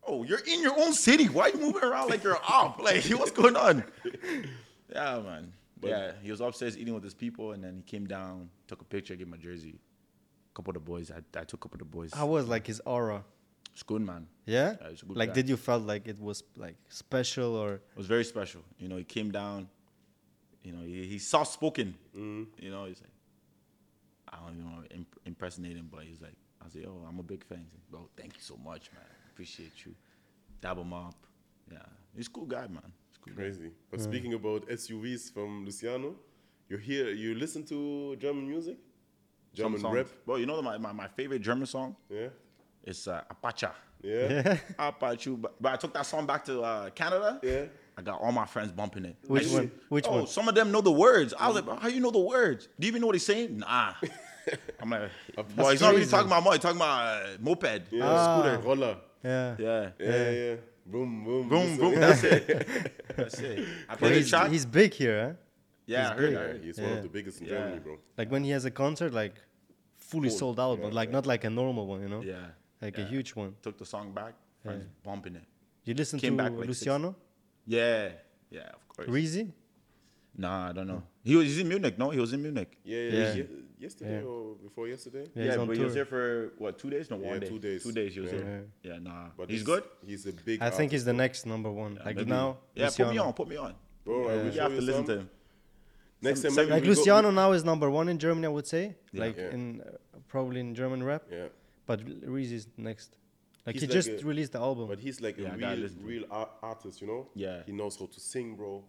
Speaker 2: Oh, you're in your own city. Why you moving around like you're off? Like, what's going on? Yeah, man. yeah, he was upstairs eating with his people, and then he came down, took a picture, gave my jersey. A couple of the boys, I, I took a couple of the boys.
Speaker 1: how was like his aura?
Speaker 2: It's good, man.
Speaker 1: Yeah.
Speaker 2: Yeah, he's a good
Speaker 1: like,
Speaker 2: guy.
Speaker 1: did you felt like it was like special, or
Speaker 2: It was very special. You know, he came down. You know, he, he's soft spoken. You know, he's like, I don't even want to imp- impersonate him, but he's like, I say, oh, I'm a big fan. He's like, bro, thank you so much, man. Appreciate you. Dab him up. Yeah, he's a cool guy, man. He's a cool guy.
Speaker 3: Crazy. But speaking about SUVs from Luciano, you hear, you listen to German music,
Speaker 2: Some
Speaker 3: German
Speaker 2: songs-
Speaker 3: rap.
Speaker 2: Bro, you know my, my, my favorite German song?
Speaker 3: Yeah,
Speaker 2: It's uh, Apacha.
Speaker 3: yeah,
Speaker 2: Apachu. But, but I took that song back to uh, Canada.
Speaker 3: yeah.
Speaker 2: I got all my friends bumping it.
Speaker 1: Which
Speaker 2: I
Speaker 1: one? Which
Speaker 2: oh,
Speaker 1: one?
Speaker 2: Some of them know the words. I was like, bro, how you know the words? Do you even know what he's saying? Nah. I'm like, well, he's not really
Speaker 1: crazy.
Speaker 2: talking about money. He's talking about uh, moped.
Speaker 3: yeah.
Speaker 2: Yeah.
Speaker 3: Scooter, roller.
Speaker 1: Ah. yeah?
Speaker 2: yeah.
Speaker 3: Yeah, yeah. yeah. Boom, boom. uh,
Speaker 2: Boom, boom. That's it. That's it. I
Speaker 1: But
Speaker 2: played a
Speaker 1: he's,
Speaker 2: shot.
Speaker 1: he's big here, huh?
Speaker 2: yeah, I
Speaker 1: he's
Speaker 2: heard,
Speaker 1: big.
Speaker 2: I
Speaker 3: Yeah,
Speaker 2: heard.
Speaker 3: he's one
Speaker 1: Yeah.
Speaker 3: of the biggest in
Speaker 2: Yeah.
Speaker 3: Germany, bro.
Speaker 1: Like when he has a concert, like fully
Speaker 2: Full,
Speaker 1: sold out, but like not like a normal one, you know?
Speaker 2: Yeah.
Speaker 1: Like a
Speaker 2: yeah.
Speaker 1: huge one.
Speaker 2: Took the song back. Friends bumping it.
Speaker 1: You listen
Speaker 2: Came
Speaker 1: to
Speaker 2: back like this.
Speaker 1: Luciano,
Speaker 2: Yeah. Yeah, of course.
Speaker 1: Reezy?
Speaker 2: nah, I don't know. He was he's in Munich. No, he was in Munich.
Speaker 3: Yeah, yeah.
Speaker 1: Yeah.
Speaker 3: ye- Yesterday
Speaker 1: Yeah.
Speaker 3: or before yesterday.
Speaker 1: Yeah, he's on
Speaker 2: but he was
Speaker 1: tour.
Speaker 2: here for what? Two days? No, one
Speaker 3: Yeah,
Speaker 2: day.
Speaker 3: two days.
Speaker 2: Two days. He was
Speaker 3: Yeah.
Speaker 2: here. Yeah, nah.
Speaker 3: But
Speaker 2: he's
Speaker 3: this-
Speaker 2: good.
Speaker 3: He's a big.
Speaker 1: I think
Speaker 3: artist,
Speaker 1: he's the next number one. like
Speaker 2: Maybe.
Speaker 1: now,
Speaker 2: Oh, Yeah,
Speaker 1: Luciano.
Speaker 2: put me on. Put me on.
Speaker 3: bro. I
Speaker 1: Yeah.
Speaker 3: will
Speaker 2: You
Speaker 3: show
Speaker 2: have to
Speaker 3: you
Speaker 2: listen
Speaker 3: some.
Speaker 2: to him.
Speaker 3: Next
Speaker 2: Some-
Speaker 3: time,
Speaker 2: some-
Speaker 3: maybe
Speaker 1: Like
Speaker 3: we go-
Speaker 1: Luciano now is number one in Germany, I would say.
Speaker 2: Yeah.
Speaker 1: Like
Speaker 3: Yeah.
Speaker 1: in uh, probably in German rap,
Speaker 3: Yeah,
Speaker 1: but Reezy's next. Like
Speaker 3: He's
Speaker 1: he
Speaker 3: like
Speaker 1: just
Speaker 3: a-
Speaker 1: released the album.
Speaker 3: but he's like a
Speaker 2: Yeah, I gotta
Speaker 3: real,
Speaker 2: listen to
Speaker 3: real ar- artist. You know.
Speaker 2: Yeah.
Speaker 3: He knows how to sing, bro.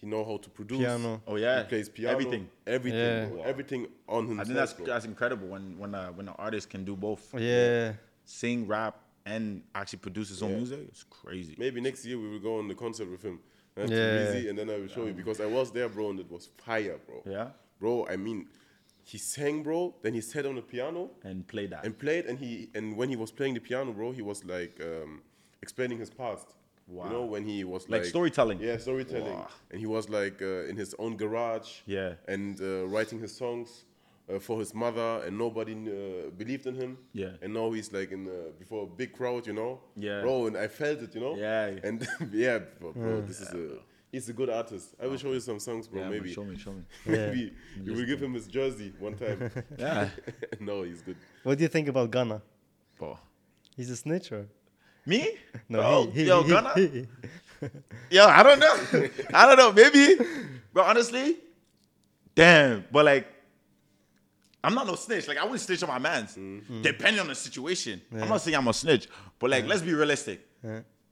Speaker 3: He know how to produce.
Speaker 1: Piano.
Speaker 2: Oh yeah,
Speaker 3: He plays piano.
Speaker 2: Everything.
Speaker 3: Everything.
Speaker 1: Yeah.
Speaker 3: bro. Everything on himself.
Speaker 2: I think that's
Speaker 3: bro.
Speaker 2: that's incredible when when uh, when an artist can do both,
Speaker 1: yeah.
Speaker 2: sing, rap, and actually produce his own
Speaker 3: Yeah.
Speaker 2: music, it's crazy.
Speaker 3: Maybe next year we will go on the concert with him. That's
Speaker 1: Yeah.
Speaker 3: easy, and then I will show you because I was there, bro, and it was fire, bro.
Speaker 2: Um, Yeah.
Speaker 3: bro. I mean, he sang, bro. Then he sat on the piano
Speaker 2: And play that.
Speaker 3: and played, and he and when he was playing the piano, bro, he was like um, explaining his past.
Speaker 2: Wow.
Speaker 3: You know when he was
Speaker 2: Like
Speaker 3: like,
Speaker 2: storytelling.
Speaker 3: Yeah, storytelling.
Speaker 2: Wow.
Speaker 3: And he was like uh, in his own garage.
Speaker 2: Yeah.
Speaker 3: And uh, writing his songs. Uh, for his mother, and nobody uh, believed in him.
Speaker 2: Yeah.
Speaker 3: And now he's like in uh, before a big crowd, you know.
Speaker 2: Yeah.
Speaker 3: Bro, and I felt it, you know.
Speaker 2: Yeah.
Speaker 3: And yeah, bro, bro this is a he's a good artist. I will show you some songs, bro.
Speaker 2: yeah, man,
Speaker 3: maybe
Speaker 2: Show me, show me.
Speaker 3: maybe you will give him his jersey one time.
Speaker 2: Yeah.
Speaker 3: no, he's good.
Speaker 1: What do you think about Ghana?
Speaker 2: Bro.
Speaker 1: He's a snitch or?
Speaker 2: Me?
Speaker 1: No,
Speaker 2: Bro,
Speaker 1: he, he,
Speaker 2: Oh, yo,
Speaker 1: he-
Speaker 2: Ghana?
Speaker 1: he-
Speaker 2: Yo, I don't know. I don't know. Maybe. But honestly, damn. But like, I'm not no snitch. Like, I wouldn't snitch on my mans. Depending on the situation. I'm not saying I'm a snitch. But like, let's be realistic.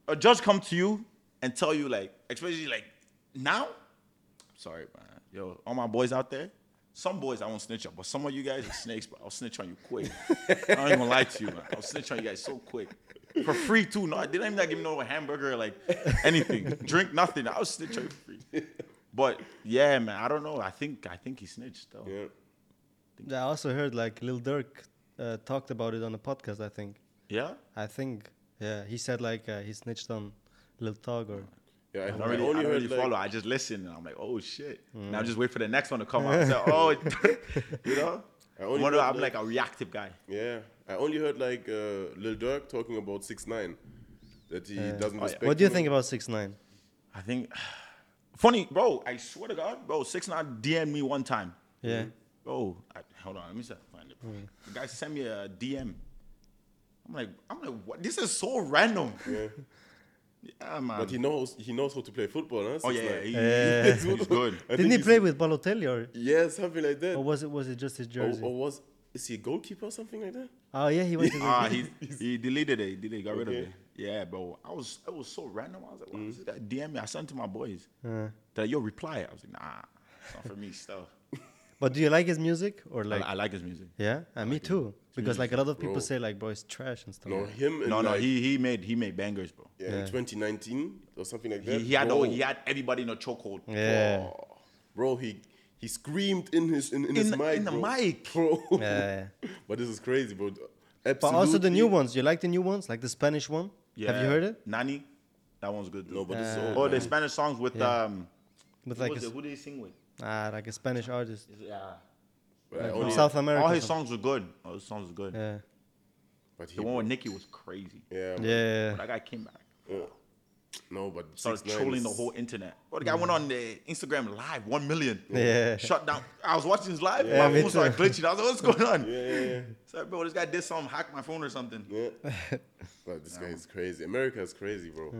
Speaker 2: A judge come to you and tell you, like, especially like now. Sorry, man. Yo, all my boys out there. Some boys I won't snitch on, but some of you guys are snakes, but I'll snitch on you quick. I don't even lie to you, man. I'll snitch on you guys so quick. For free too. No, they don't even like, give me no hamburger or like anything. Drink nothing. I'll snitch on you for free. But yeah, man, I don't know. I think I think he snitched though.
Speaker 3: Yeah.
Speaker 1: I also heard like Lil Durk uh, talked about it on a podcast. I think.
Speaker 2: Yeah?
Speaker 1: I think. Yeah, he said like uh, he snitched on Lil Tog or.
Speaker 3: Yeah, I,
Speaker 2: I
Speaker 3: I
Speaker 2: don't really, I
Speaker 3: only
Speaker 2: don't
Speaker 3: heard
Speaker 2: really
Speaker 3: like, Mm.
Speaker 2: follow. I just listen and I'm like, oh shit. And I just wait for the next one to come out. It's like, oh, you know?
Speaker 3: I only
Speaker 2: One of-
Speaker 3: heard,
Speaker 2: I'm like a reactive guy.
Speaker 3: Yeah, I only heard like uh, Lil Durk talking about six nine, that he doesn't
Speaker 2: Oh, yeah.
Speaker 3: respect.
Speaker 1: What do you
Speaker 3: him.
Speaker 1: think about Six Nine?
Speaker 2: I think funny, bro. I swear to God, bro. Six nine DM me one time.
Speaker 1: Yeah.
Speaker 3: Mm-hmm.
Speaker 2: Bro, I, hold on. Let me just find it.
Speaker 3: Mm.
Speaker 2: The guy sent me a DM. I'm like, I'm like, what? This is so random. Yeah, man.
Speaker 3: But he knows he knows how to play football, huh?
Speaker 2: oh
Speaker 3: 6ix9ine?
Speaker 2: yeah, yeah, he- he's good.
Speaker 1: Didn't
Speaker 3: I think
Speaker 1: he
Speaker 3: he's-
Speaker 1: play with Balotelli or?
Speaker 3: Yeah, something like that.
Speaker 1: Or
Speaker 3: Or,
Speaker 1: was it was it just
Speaker 3: Oh,
Speaker 1: his jersey?
Speaker 3: or was is he a goalkeeper or something like that?
Speaker 1: Oh yeah, he went to the
Speaker 2: Ah, he he deleted it. He deleted, it, got rid of
Speaker 3: Okay.
Speaker 2: it. Yeah, bro. I was it was so random. I was like, what
Speaker 1: Mm.
Speaker 2: is this guy DM me? I sent it to my boys.
Speaker 1: Uh.
Speaker 2: They're like, yo, reply. I was like, nah, it's not for me. Still,
Speaker 1: But do you like his music or
Speaker 2: I,
Speaker 1: like?
Speaker 2: I like his music.
Speaker 1: yeah, uh, me too. Because like a lot of people
Speaker 3: Bro.
Speaker 1: say like, bro, it's trash and stuff.
Speaker 3: No, him. In
Speaker 2: No, no,
Speaker 3: like,
Speaker 2: he he made he made bangers, bro.
Speaker 3: yeah, in 2019 or something like
Speaker 2: He,
Speaker 3: that.
Speaker 2: he had
Speaker 3: bro,
Speaker 2: all, he had everybody in a chokehold.
Speaker 1: Yeah.
Speaker 3: bro, he he screamed in his in, in, his
Speaker 2: the-
Speaker 3: mic,
Speaker 2: in the
Speaker 3: bro.
Speaker 2: mic.
Speaker 3: bro.
Speaker 1: Yeah.
Speaker 3: but this is crazy, bro.
Speaker 1: But also the new
Speaker 3: Absolutely.
Speaker 1: ones. You like the new ones, like the Spanish one? Have you heard it?
Speaker 2: Nani, that one's good.
Speaker 3: No, but this is
Speaker 1: Uh,
Speaker 3: all.
Speaker 2: oh, the Spanish songs with
Speaker 1: Yeah.
Speaker 2: um,
Speaker 1: With
Speaker 2: who
Speaker 1: like a,
Speaker 2: was it?
Speaker 1: s-
Speaker 2: who did he sing with?
Speaker 1: ah, like a Spanish artist
Speaker 2: Is it, uh,
Speaker 3: But I
Speaker 1: like from
Speaker 3: only-
Speaker 1: South America.
Speaker 2: all his
Speaker 1: something.
Speaker 2: songs were good. All his songs were good.
Speaker 1: Yeah.
Speaker 3: but he,
Speaker 2: The one with Nicki was crazy.
Speaker 3: yeah, yeah.
Speaker 1: Yeah.
Speaker 2: That guy came back,
Speaker 3: No, but
Speaker 2: started
Speaker 3: 6ix9ine
Speaker 2: trolling the
Speaker 3: is-
Speaker 2: whole internet. Well, the guy went on the Instagram live, one million.
Speaker 1: Yeah.
Speaker 2: Shut down. I was watching his live.
Speaker 1: Yeah,
Speaker 2: my
Speaker 1: me
Speaker 2: phone started
Speaker 1: too.
Speaker 2: glitching. I was like, what's going on?
Speaker 3: Yeah, yeah, yeah.
Speaker 2: It's like, bro, this guy did something, hacked my phone or something.
Speaker 3: Yeah. but this guy is crazy. America is crazy, bro.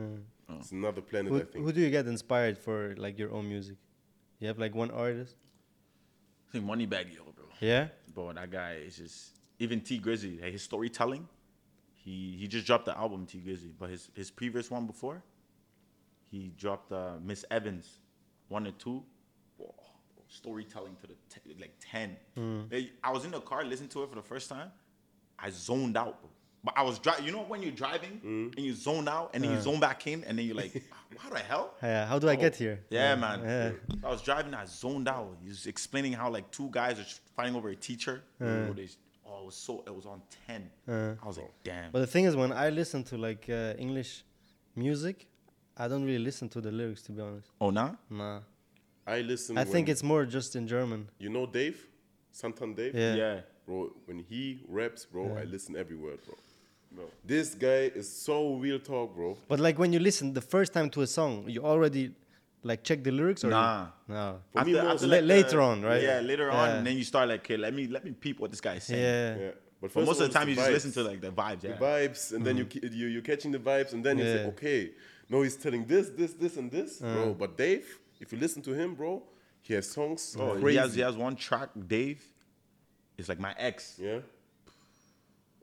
Speaker 3: It's another planet,
Speaker 1: Hmm. Who,
Speaker 3: I think.
Speaker 1: who do you get inspired for like your own music? You have like one artist?
Speaker 2: I think Moneybag, yo, bro.
Speaker 1: Yeah.
Speaker 2: Bro, that guy is just even T Grizzly, like his storytelling. He he just dropped the album T Grizzly, but his his previous one before, he dropped uh, Miss Evans, one and two. Whoa, storytelling to the t- like ten. Like, I was in the car listening to it for the first time. I zoned out, bro. But I was driving. You know when you're driving and you zone out and then you zone back in and then you're like, how the hell?
Speaker 1: Yeah. How do I get here?
Speaker 2: Yeah, man.
Speaker 1: Yeah.
Speaker 2: I was driving, I zoned out. He was explaining how like two guys are fighting over a teacher. Oh, they- oh, it was so it was on ten. I was like, damn.
Speaker 1: But the thing is, when I listen to like uh, English music, I don't really listen to the lyrics to be honest.
Speaker 2: oh nah?
Speaker 1: Nah.
Speaker 3: I listen.
Speaker 1: I think
Speaker 3: when-
Speaker 1: it's more just in German.
Speaker 3: You know Dave? Santan Dave?
Speaker 1: Yeah.
Speaker 3: Bro, when he raps, bro, I listen every word, bro. This guy is so real talk, bro.
Speaker 1: But like when you listen the first time to a song, you already like check the lyrics or you-
Speaker 2: Nah.
Speaker 1: no.
Speaker 3: For me, more
Speaker 1: la- later
Speaker 2: the-
Speaker 1: on, right?
Speaker 2: Yeah, later on,
Speaker 1: Yeah.
Speaker 2: and then you start like, okay, let me let me peep what this guy is saying.
Speaker 1: Yeah.
Speaker 3: Yeah. But,
Speaker 2: But
Speaker 3: first
Speaker 2: most of
Speaker 3: all,
Speaker 2: the time, you
Speaker 3: it's
Speaker 2: just
Speaker 3: vibes.
Speaker 2: listen to like the vibes.
Speaker 3: the
Speaker 2: Yeah.
Speaker 3: vibes, and then you ki- you you catching the vibes, and then you say,
Speaker 1: Hmm. Yeah. Hmm.
Speaker 3: okay, no, he's telling this, this, this, and this, bro. But Dave, if you listen to him, bro, he has songs.
Speaker 2: Oh, he
Speaker 3: crazy.
Speaker 2: has he has one track, Dave. It's like my ex.
Speaker 3: Yeah.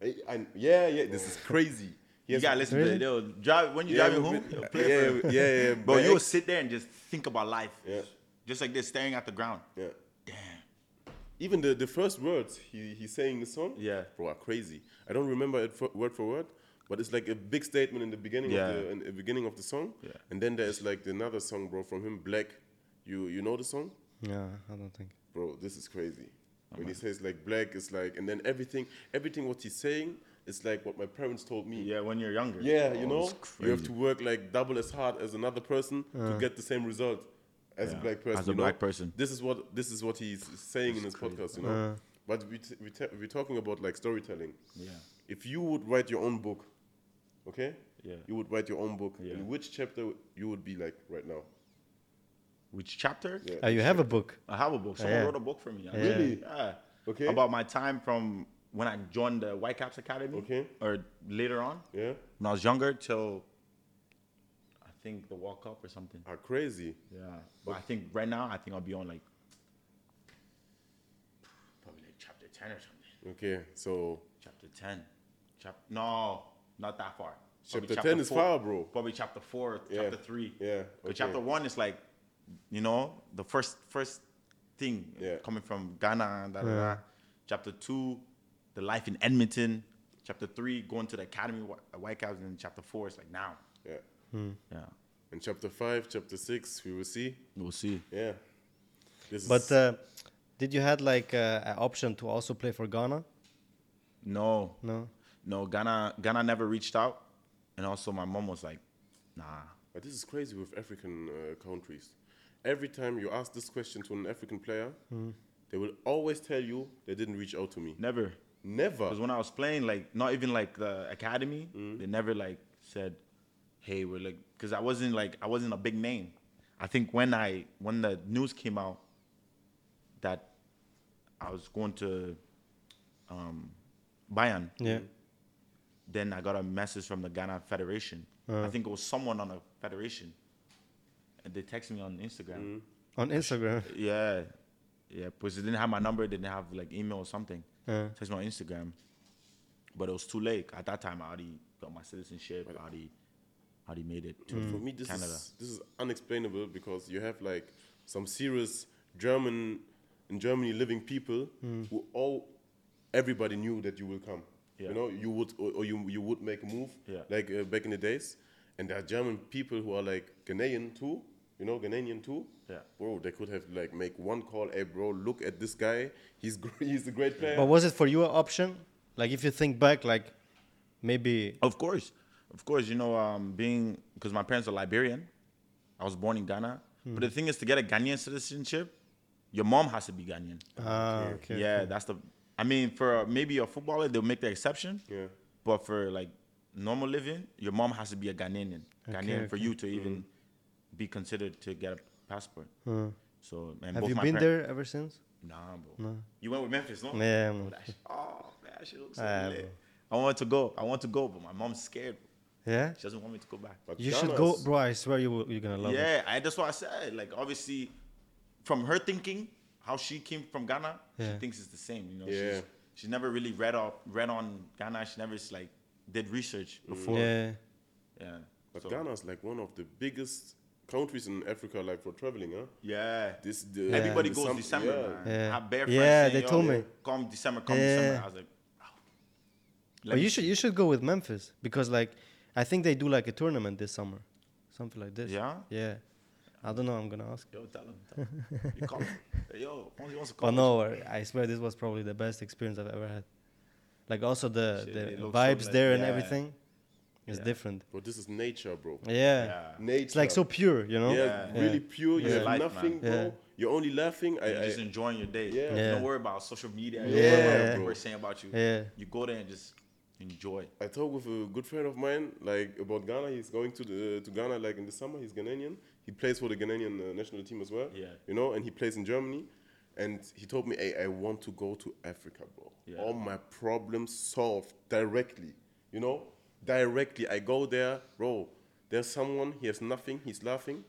Speaker 3: I, I, yeah, yeah, this is crazy. He
Speaker 2: You
Speaker 3: has-
Speaker 2: gotta listen
Speaker 1: Really?
Speaker 2: to it. Yo, drive when you
Speaker 3: Yeah,
Speaker 2: driving
Speaker 3: we-
Speaker 2: home.
Speaker 3: we-
Speaker 2: yo,
Speaker 3: yeah,
Speaker 2: play it for him.
Speaker 3: yeah, yeah, yeah,
Speaker 2: Bro,
Speaker 3: my
Speaker 2: you'll
Speaker 3: ex-
Speaker 2: sit there and just think about life.
Speaker 3: Yeah.
Speaker 2: Just like this, staring at the ground.
Speaker 3: Yeah. Damn. Even the, the first words he, he's saying in the song,
Speaker 2: Yeah.
Speaker 3: bro, are crazy. I don't remember it for, word for word, But it's like a big statement in the beginning
Speaker 2: Yeah.
Speaker 3: of the, in the beginning of the song,
Speaker 2: Yeah.
Speaker 3: and then there's like another song, bro, from him, Black. You you know the song,
Speaker 1: Yeah, I don't think.
Speaker 3: bro? This is crazy.
Speaker 2: Oh
Speaker 3: When he says like Black, it's like, and then everything everything what he's saying is like what my parents told me.
Speaker 2: Yeah, when you're younger.
Speaker 3: Yeah,
Speaker 2: Oh,
Speaker 3: you know,
Speaker 2: it's
Speaker 3: you have
Speaker 2: crazy.
Speaker 3: to work like double as hard as another person to get the same result as a
Speaker 2: Yeah,
Speaker 3: black person.
Speaker 2: as a
Speaker 3: you know?
Speaker 2: black person.
Speaker 3: this is what this is what he's saying in his podcast. You know, but we t- we ta- we're talking about like storytelling.
Speaker 2: Yeah.
Speaker 3: If you would write your own book, okay,
Speaker 2: Yeah.
Speaker 3: you would write your own book.
Speaker 2: Yeah.
Speaker 3: In which chapter you would be like right now?
Speaker 2: Which chapter?
Speaker 3: Yeah.
Speaker 1: Oh, you have a book.
Speaker 2: I have a book. Someone
Speaker 1: Yeah.
Speaker 2: wrote a book for me.
Speaker 1: Yeah.
Speaker 3: Really?
Speaker 2: Yeah.
Speaker 3: Okay.
Speaker 2: About my time from when I joined the Whitecaps Academy.
Speaker 3: Okay.
Speaker 2: Or later on,
Speaker 3: Yeah,
Speaker 2: when I was younger, till I think the World Cup or something.
Speaker 3: are Ah, crazy.
Speaker 2: Yeah. But I think right now, I think I'll be on like probably like chapter ten or something.
Speaker 3: Okay, so
Speaker 2: Chapter ten. Chap. No, not that far. Probably
Speaker 3: Chapter 10 is
Speaker 2: four-
Speaker 3: far, bro.
Speaker 2: Probably chapter four,
Speaker 3: Yeah.
Speaker 2: chapter three.
Speaker 3: Yeah,
Speaker 2: But
Speaker 3: okay.
Speaker 2: chapter one is like, you know, the first first thing
Speaker 3: Yeah.
Speaker 2: coming from Ghana. Da, da, da. Chapter two, the life in Edmonton. Chapter three, going to the academy, Wh- White Caps, and then chapter four is like now.
Speaker 3: yeah,
Speaker 2: Yeah,
Speaker 3: in chapter five, chapter six, we will see.
Speaker 2: we'll see.
Speaker 3: Yeah, this
Speaker 1: But uh, did you had like uh, an option to also play for Ghana?
Speaker 2: No,
Speaker 1: No.
Speaker 2: no, Ghana, Ghana never reached out, and also my mom was like, nah,
Speaker 3: But this is crazy with African uh, countries. Every time you ask this question to an African player, they will always tell you they didn't reach out to me.
Speaker 2: never.
Speaker 3: Never.
Speaker 2: Because when I was playing, like not even like the academy, they never like said, "Hey, we're like," because I wasn't like I wasn't a big name. I think when I when the news came out that I was going to um, Bayern,
Speaker 1: Yeah.
Speaker 2: then I got a message from the Ghana Federation. I think it was someone on the federation, and they texted me on Instagram.
Speaker 1: On Instagram.
Speaker 2: Yeah, yeah. Because they didn't have my number, they didn't have like email or something.
Speaker 1: Yeah.
Speaker 2: Text me on Instagram, but it was too late. At that time, I already got my citizenship. I already, I already made it
Speaker 1: Mm.
Speaker 2: to
Speaker 3: For me, this
Speaker 2: Canada.
Speaker 3: is this is unexplainable because you have like some serious German in Germany living people
Speaker 1: Mm.
Speaker 3: who all everybody knew that you will come.
Speaker 2: Yeah.
Speaker 3: You know, you would or, or you you would make a move
Speaker 2: Yeah.
Speaker 3: like uh, back in the days, and there are German people who are like Ghanaian too. You know, Ghanaian too.
Speaker 2: Yeah.
Speaker 3: Bro, they could have like make one call. Hey, bro, look at this guy. He's gr- he's a great player.
Speaker 1: But was it for you an option? Like if you think back, like maybe
Speaker 2: Of course, of course. You know, um, being because my parents are Liberian, I was born in Ghana.
Speaker 1: Mm.
Speaker 2: But the thing is, to get a Ghanaian citizenship, your mom has to be Ghanaian.
Speaker 1: ah, okay.
Speaker 2: yeah, that's the. I mean, for uh, maybe a footballer, they'll make the exception.
Speaker 3: Yeah.
Speaker 2: But for like normal living, your mom has to be a Ghanaian. Ghanaian for you
Speaker 1: Mm.
Speaker 2: to even be considered to get a passport. So man,
Speaker 1: Have
Speaker 2: both
Speaker 1: you
Speaker 2: my
Speaker 1: been
Speaker 2: parents-
Speaker 1: there ever since?
Speaker 2: Nah, bro. You went with Memphis, no?
Speaker 1: Yeah,
Speaker 2: Oh,
Speaker 1: man.
Speaker 2: that shit- oh, man, that shit looks so
Speaker 1: Ah,
Speaker 2: lit. I want to go. I want to go, but my mom's scared.
Speaker 1: Yeah.
Speaker 2: She doesn't want me to go back.
Speaker 3: But
Speaker 1: You
Speaker 3: Ghana
Speaker 1: should go,
Speaker 3: is-
Speaker 1: bro. I swear you will, you're gonna love it.
Speaker 2: yeah, I, that's what I said. Like obviously, from her thinking, how she came from Ghana,
Speaker 1: Yeah.
Speaker 2: she thinks it's the same. You know,
Speaker 3: Yeah.
Speaker 2: she's, she never really read up, read on Ghana. She never like did research before.
Speaker 1: Yeah.
Speaker 2: Yeah.
Speaker 3: Mm. But
Speaker 2: So-
Speaker 3: Ghana is like one of the biggest countries in Africa, like for traveling, huh?
Speaker 2: Yeah.
Speaker 3: This the,
Speaker 2: Everybody
Speaker 3: the
Speaker 2: goes
Speaker 3: some-
Speaker 2: December.
Speaker 3: yeah.
Speaker 2: man.
Speaker 1: Yeah.
Speaker 2: I have bare
Speaker 1: Yeah,
Speaker 2: friends saying,
Speaker 1: they told
Speaker 2: "Yo,
Speaker 1: me.
Speaker 2: Come December, come
Speaker 1: Yeah.
Speaker 2: December. I was like, "Wow." Let
Speaker 1: But
Speaker 2: me
Speaker 1: you
Speaker 2: see.
Speaker 1: should you should go with Memphis because like I think they do like a tournament this summer, something like this.
Speaker 2: Yeah?
Speaker 1: Yeah. I don't know. I'm gonna ask.
Speaker 2: Yo, tell him. Tell him. You call him. Hey, Yo, Fonzie wants to call
Speaker 1: But
Speaker 2: him.
Speaker 1: Oh, no, I I swear this was probably the best experience I've ever had. Like also the
Speaker 2: Shit, it
Speaker 1: the
Speaker 2: looks so
Speaker 1: vibes
Speaker 2: nice.
Speaker 1: there and
Speaker 2: Yeah.
Speaker 1: everything is
Speaker 2: Yeah.
Speaker 1: different.
Speaker 3: But this is nature, bro.
Speaker 1: Yeah.
Speaker 2: Yeah.
Speaker 3: Nature.
Speaker 1: It's like so pure, you know.
Speaker 3: Yeah,
Speaker 2: Yeah.
Speaker 3: really pure. You
Speaker 2: Yeah.
Speaker 3: have
Speaker 2: Life, man.
Speaker 3: nothing, bro.
Speaker 1: Yeah.
Speaker 3: You're only laughing. I,
Speaker 2: You're
Speaker 3: I
Speaker 2: just enjoying your day.
Speaker 3: Yeah.
Speaker 1: Yeah.
Speaker 2: Don't worry about social media. Don't
Speaker 3: Yeah,
Speaker 2: worry about what
Speaker 1: bro.
Speaker 2: people are saying about you.
Speaker 1: Yeah.
Speaker 2: You go there and just enjoy.
Speaker 3: I talk with a good friend of mine, like about Ghana. He's going to the, to Ghana like in the summer. He's Ghanaian. He plays for the Ghanaian uh, national team as well.
Speaker 2: Yeah.
Speaker 3: you know, and he plays in Germany. And he told me, "Hey, I want to go to Africa, bro.
Speaker 2: Yeah.
Speaker 3: All my problems solved directly. You know, directly. I go there, bro. There's someone. He has nothing. He's laughing.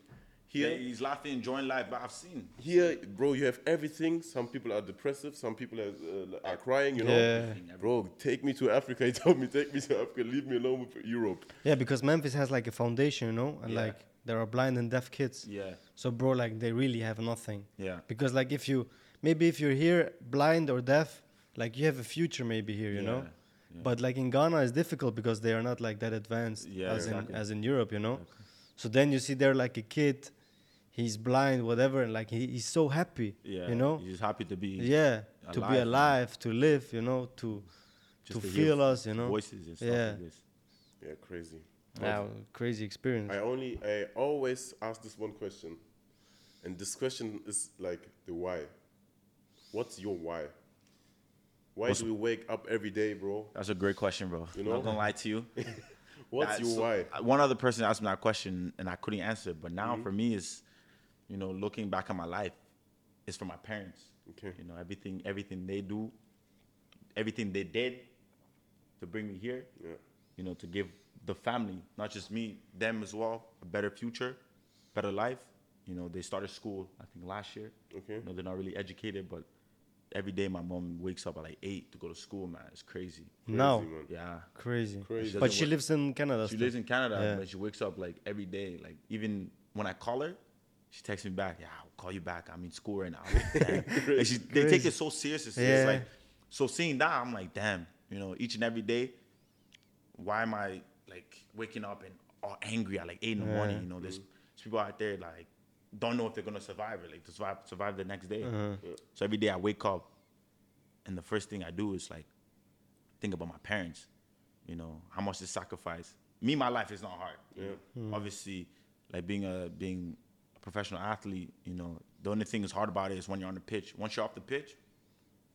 Speaker 3: Here,
Speaker 2: Yeah, he's laughing, enjoying life, but I've seen.
Speaker 3: here, bro, you have everything. Some people are depressive. Some people are, uh, are crying. You know,
Speaker 1: Yeah.
Speaker 3: bro, take me to Africa. He told me, take me to Africa. Leave me alone with Europe.
Speaker 1: Yeah, because Memphis has like a foundation, you know, and
Speaker 2: Yeah.
Speaker 1: like there are blind and deaf kids.
Speaker 2: Yeah.
Speaker 1: So bro, like they really have nothing.
Speaker 2: Yeah.
Speaker 1: Because like if you maybe if you're here blind or deaf, like you have a future maybe here, you know. But like in Ghana, it's difficult because they are not like that advanced
Speaker 2: Yeah,
Speaker 1: as
Speaker 2: exactly.
Speaker 1: in as in Europe, you know. So then you see there like a kid, he's blind, whatever, and like he, he's so happy,
Speaker 2: Yeah,
Speaker 1: you know.
Speaker 2: you're just happy to be
Speaker 1: yeah, to
Speaker 2: alive,
Speaker 1: be
Speaker 2: you know.
Speaker 1: alive, to live, you know, to
Speaker 2: Just
Speaker 1: to
Speaker 2: to hear
Speaker 1: feel us, you know.
Speaker 2: voices and stuff
Speaker 1: Yeah.
Speaker 2: like this.
Speaker 3: Yeah, crazy.
Speaker 1: Wow, crazy experience.
Speaker 3: I only, I always ask this one question, and this question is like the why. What's your why? Why
Speaker 2: What's-
Speaker 3: do we wake up every day, bro?
Speaker 2: That's a great question, bro.
Speaker 3: You
Speaker 2: I'm
Speaker 3: know?
Speaker 2: not gonna lie to you.
Speaker 3: What's
Speaker 2: That-
Speaker 3: your
Speaker 2: so-
Speaker 3: why?
Speaker 2: uh, One other person asked me that question and I couldn't answer. But now
Speaker 3: Mm-hmm.
Speaker 2: for me is, you know, looking back at my life, it's for my parents.
Speaker 3: Okay.
Speaker 2: You know, everything everything they do, everything they did to bring me here,
Speaker 3: Yeah,
Speaker 2: you know, to give the family, not just me, them as well, a better future, better life. You know, they started school, I think last year.
Speaker 3: Okay.
Speaker 2: You know, they're not really educated, but every day my mom wakes up at like eight to go to school, man. It's crazy.
Speaker 3: Hmm. crazy,
Speaker 1: now,
Speaker 3: man.
Speaker 2: Yeah.
Speaker 1: crazy.
Speaker 3: Crazy.
Speaker 1: But she
Speaker 2: Doesn't
Speaker 1: lives in Canada.
Speaker 2: She
Speaker 1: still.
Speaker 2: lives in Canada,
Speaker 1: Yeah.
Speaker 2: but she wakes up like every day. Like even when I call her, she texts me back. Yeah, I'll call you back. I'm in school right now. Dang. like she, they take
Speaker 1: Crazy.
Speaker 2: it so seriously. It's
Speaker 1: Yeah.
Speaker 2: like, so seeing that, I'm like, damn. You know, each and every day, why am I like waking up and all angry at like eight in the morning? You know, there's, there's people out there like don't know if they're gonna survive or like to survive survive the next day. So every day I wake up, and the first thing I do is like think about my parents. You know how much they sacrifice. Me, my life is not hard. you know. Obviously, like being a being a professional athlete, you know the only thing that's hard about it is when you're on the pitch. Once you're off the pitch,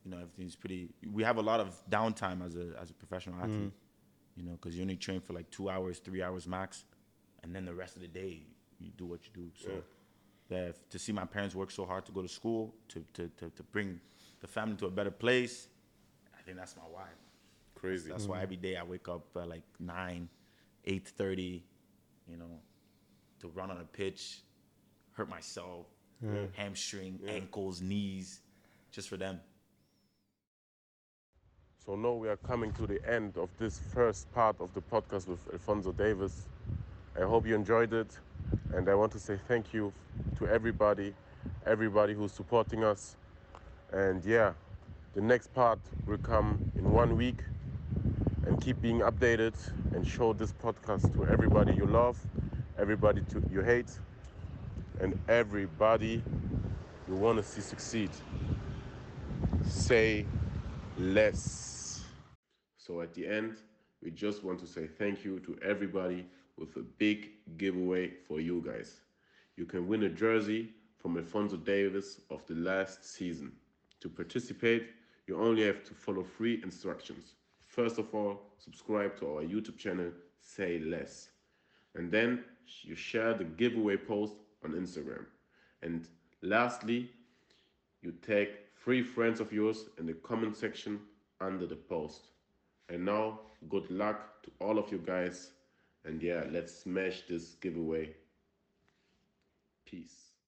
Speaker 2: you know everything's pretty. We have a lot of downtime as a as a professional athlete. You know, because you only train for like two hours, three hours max, and then the rest of the day you do what you do. So that if- to see my parents work so hard to go to school, to, to, to, to bring the family to a better place, I think that's my why.
Speaker 3: crazy.
Speaker 2: That's why every day I wake up at like nine, eight thirty, you know, to run on a pitch, hurt myself, hamstring, ankles, knees, just for them.
Speaker 3: So now we are coming to the end of this first part of the podcast with Alfonso Davis. I hope you enjoyed it, and I want to say thank you to everybody, everybody who's supporting us. And yeah, the next part will come in one week. And keep being updated and show this podcast to everybody you love, everybody to you hate, and everybody you want to see succeed. Say less. So at the end, we just want to say thank you to everybody with a big giveaway for you guys. You can win a jersey from Alfonso Davis of the last season. To participate, you only have to follow three instructions. First of all, subscribe to our YouTube channel, Say Less. And then you share the giveaway post on Instagram. And lastly, you tag three friends of yours in the comment section under the post. And now, good luck to all of you guys. And yeah, let's smash this giveaway. Peace.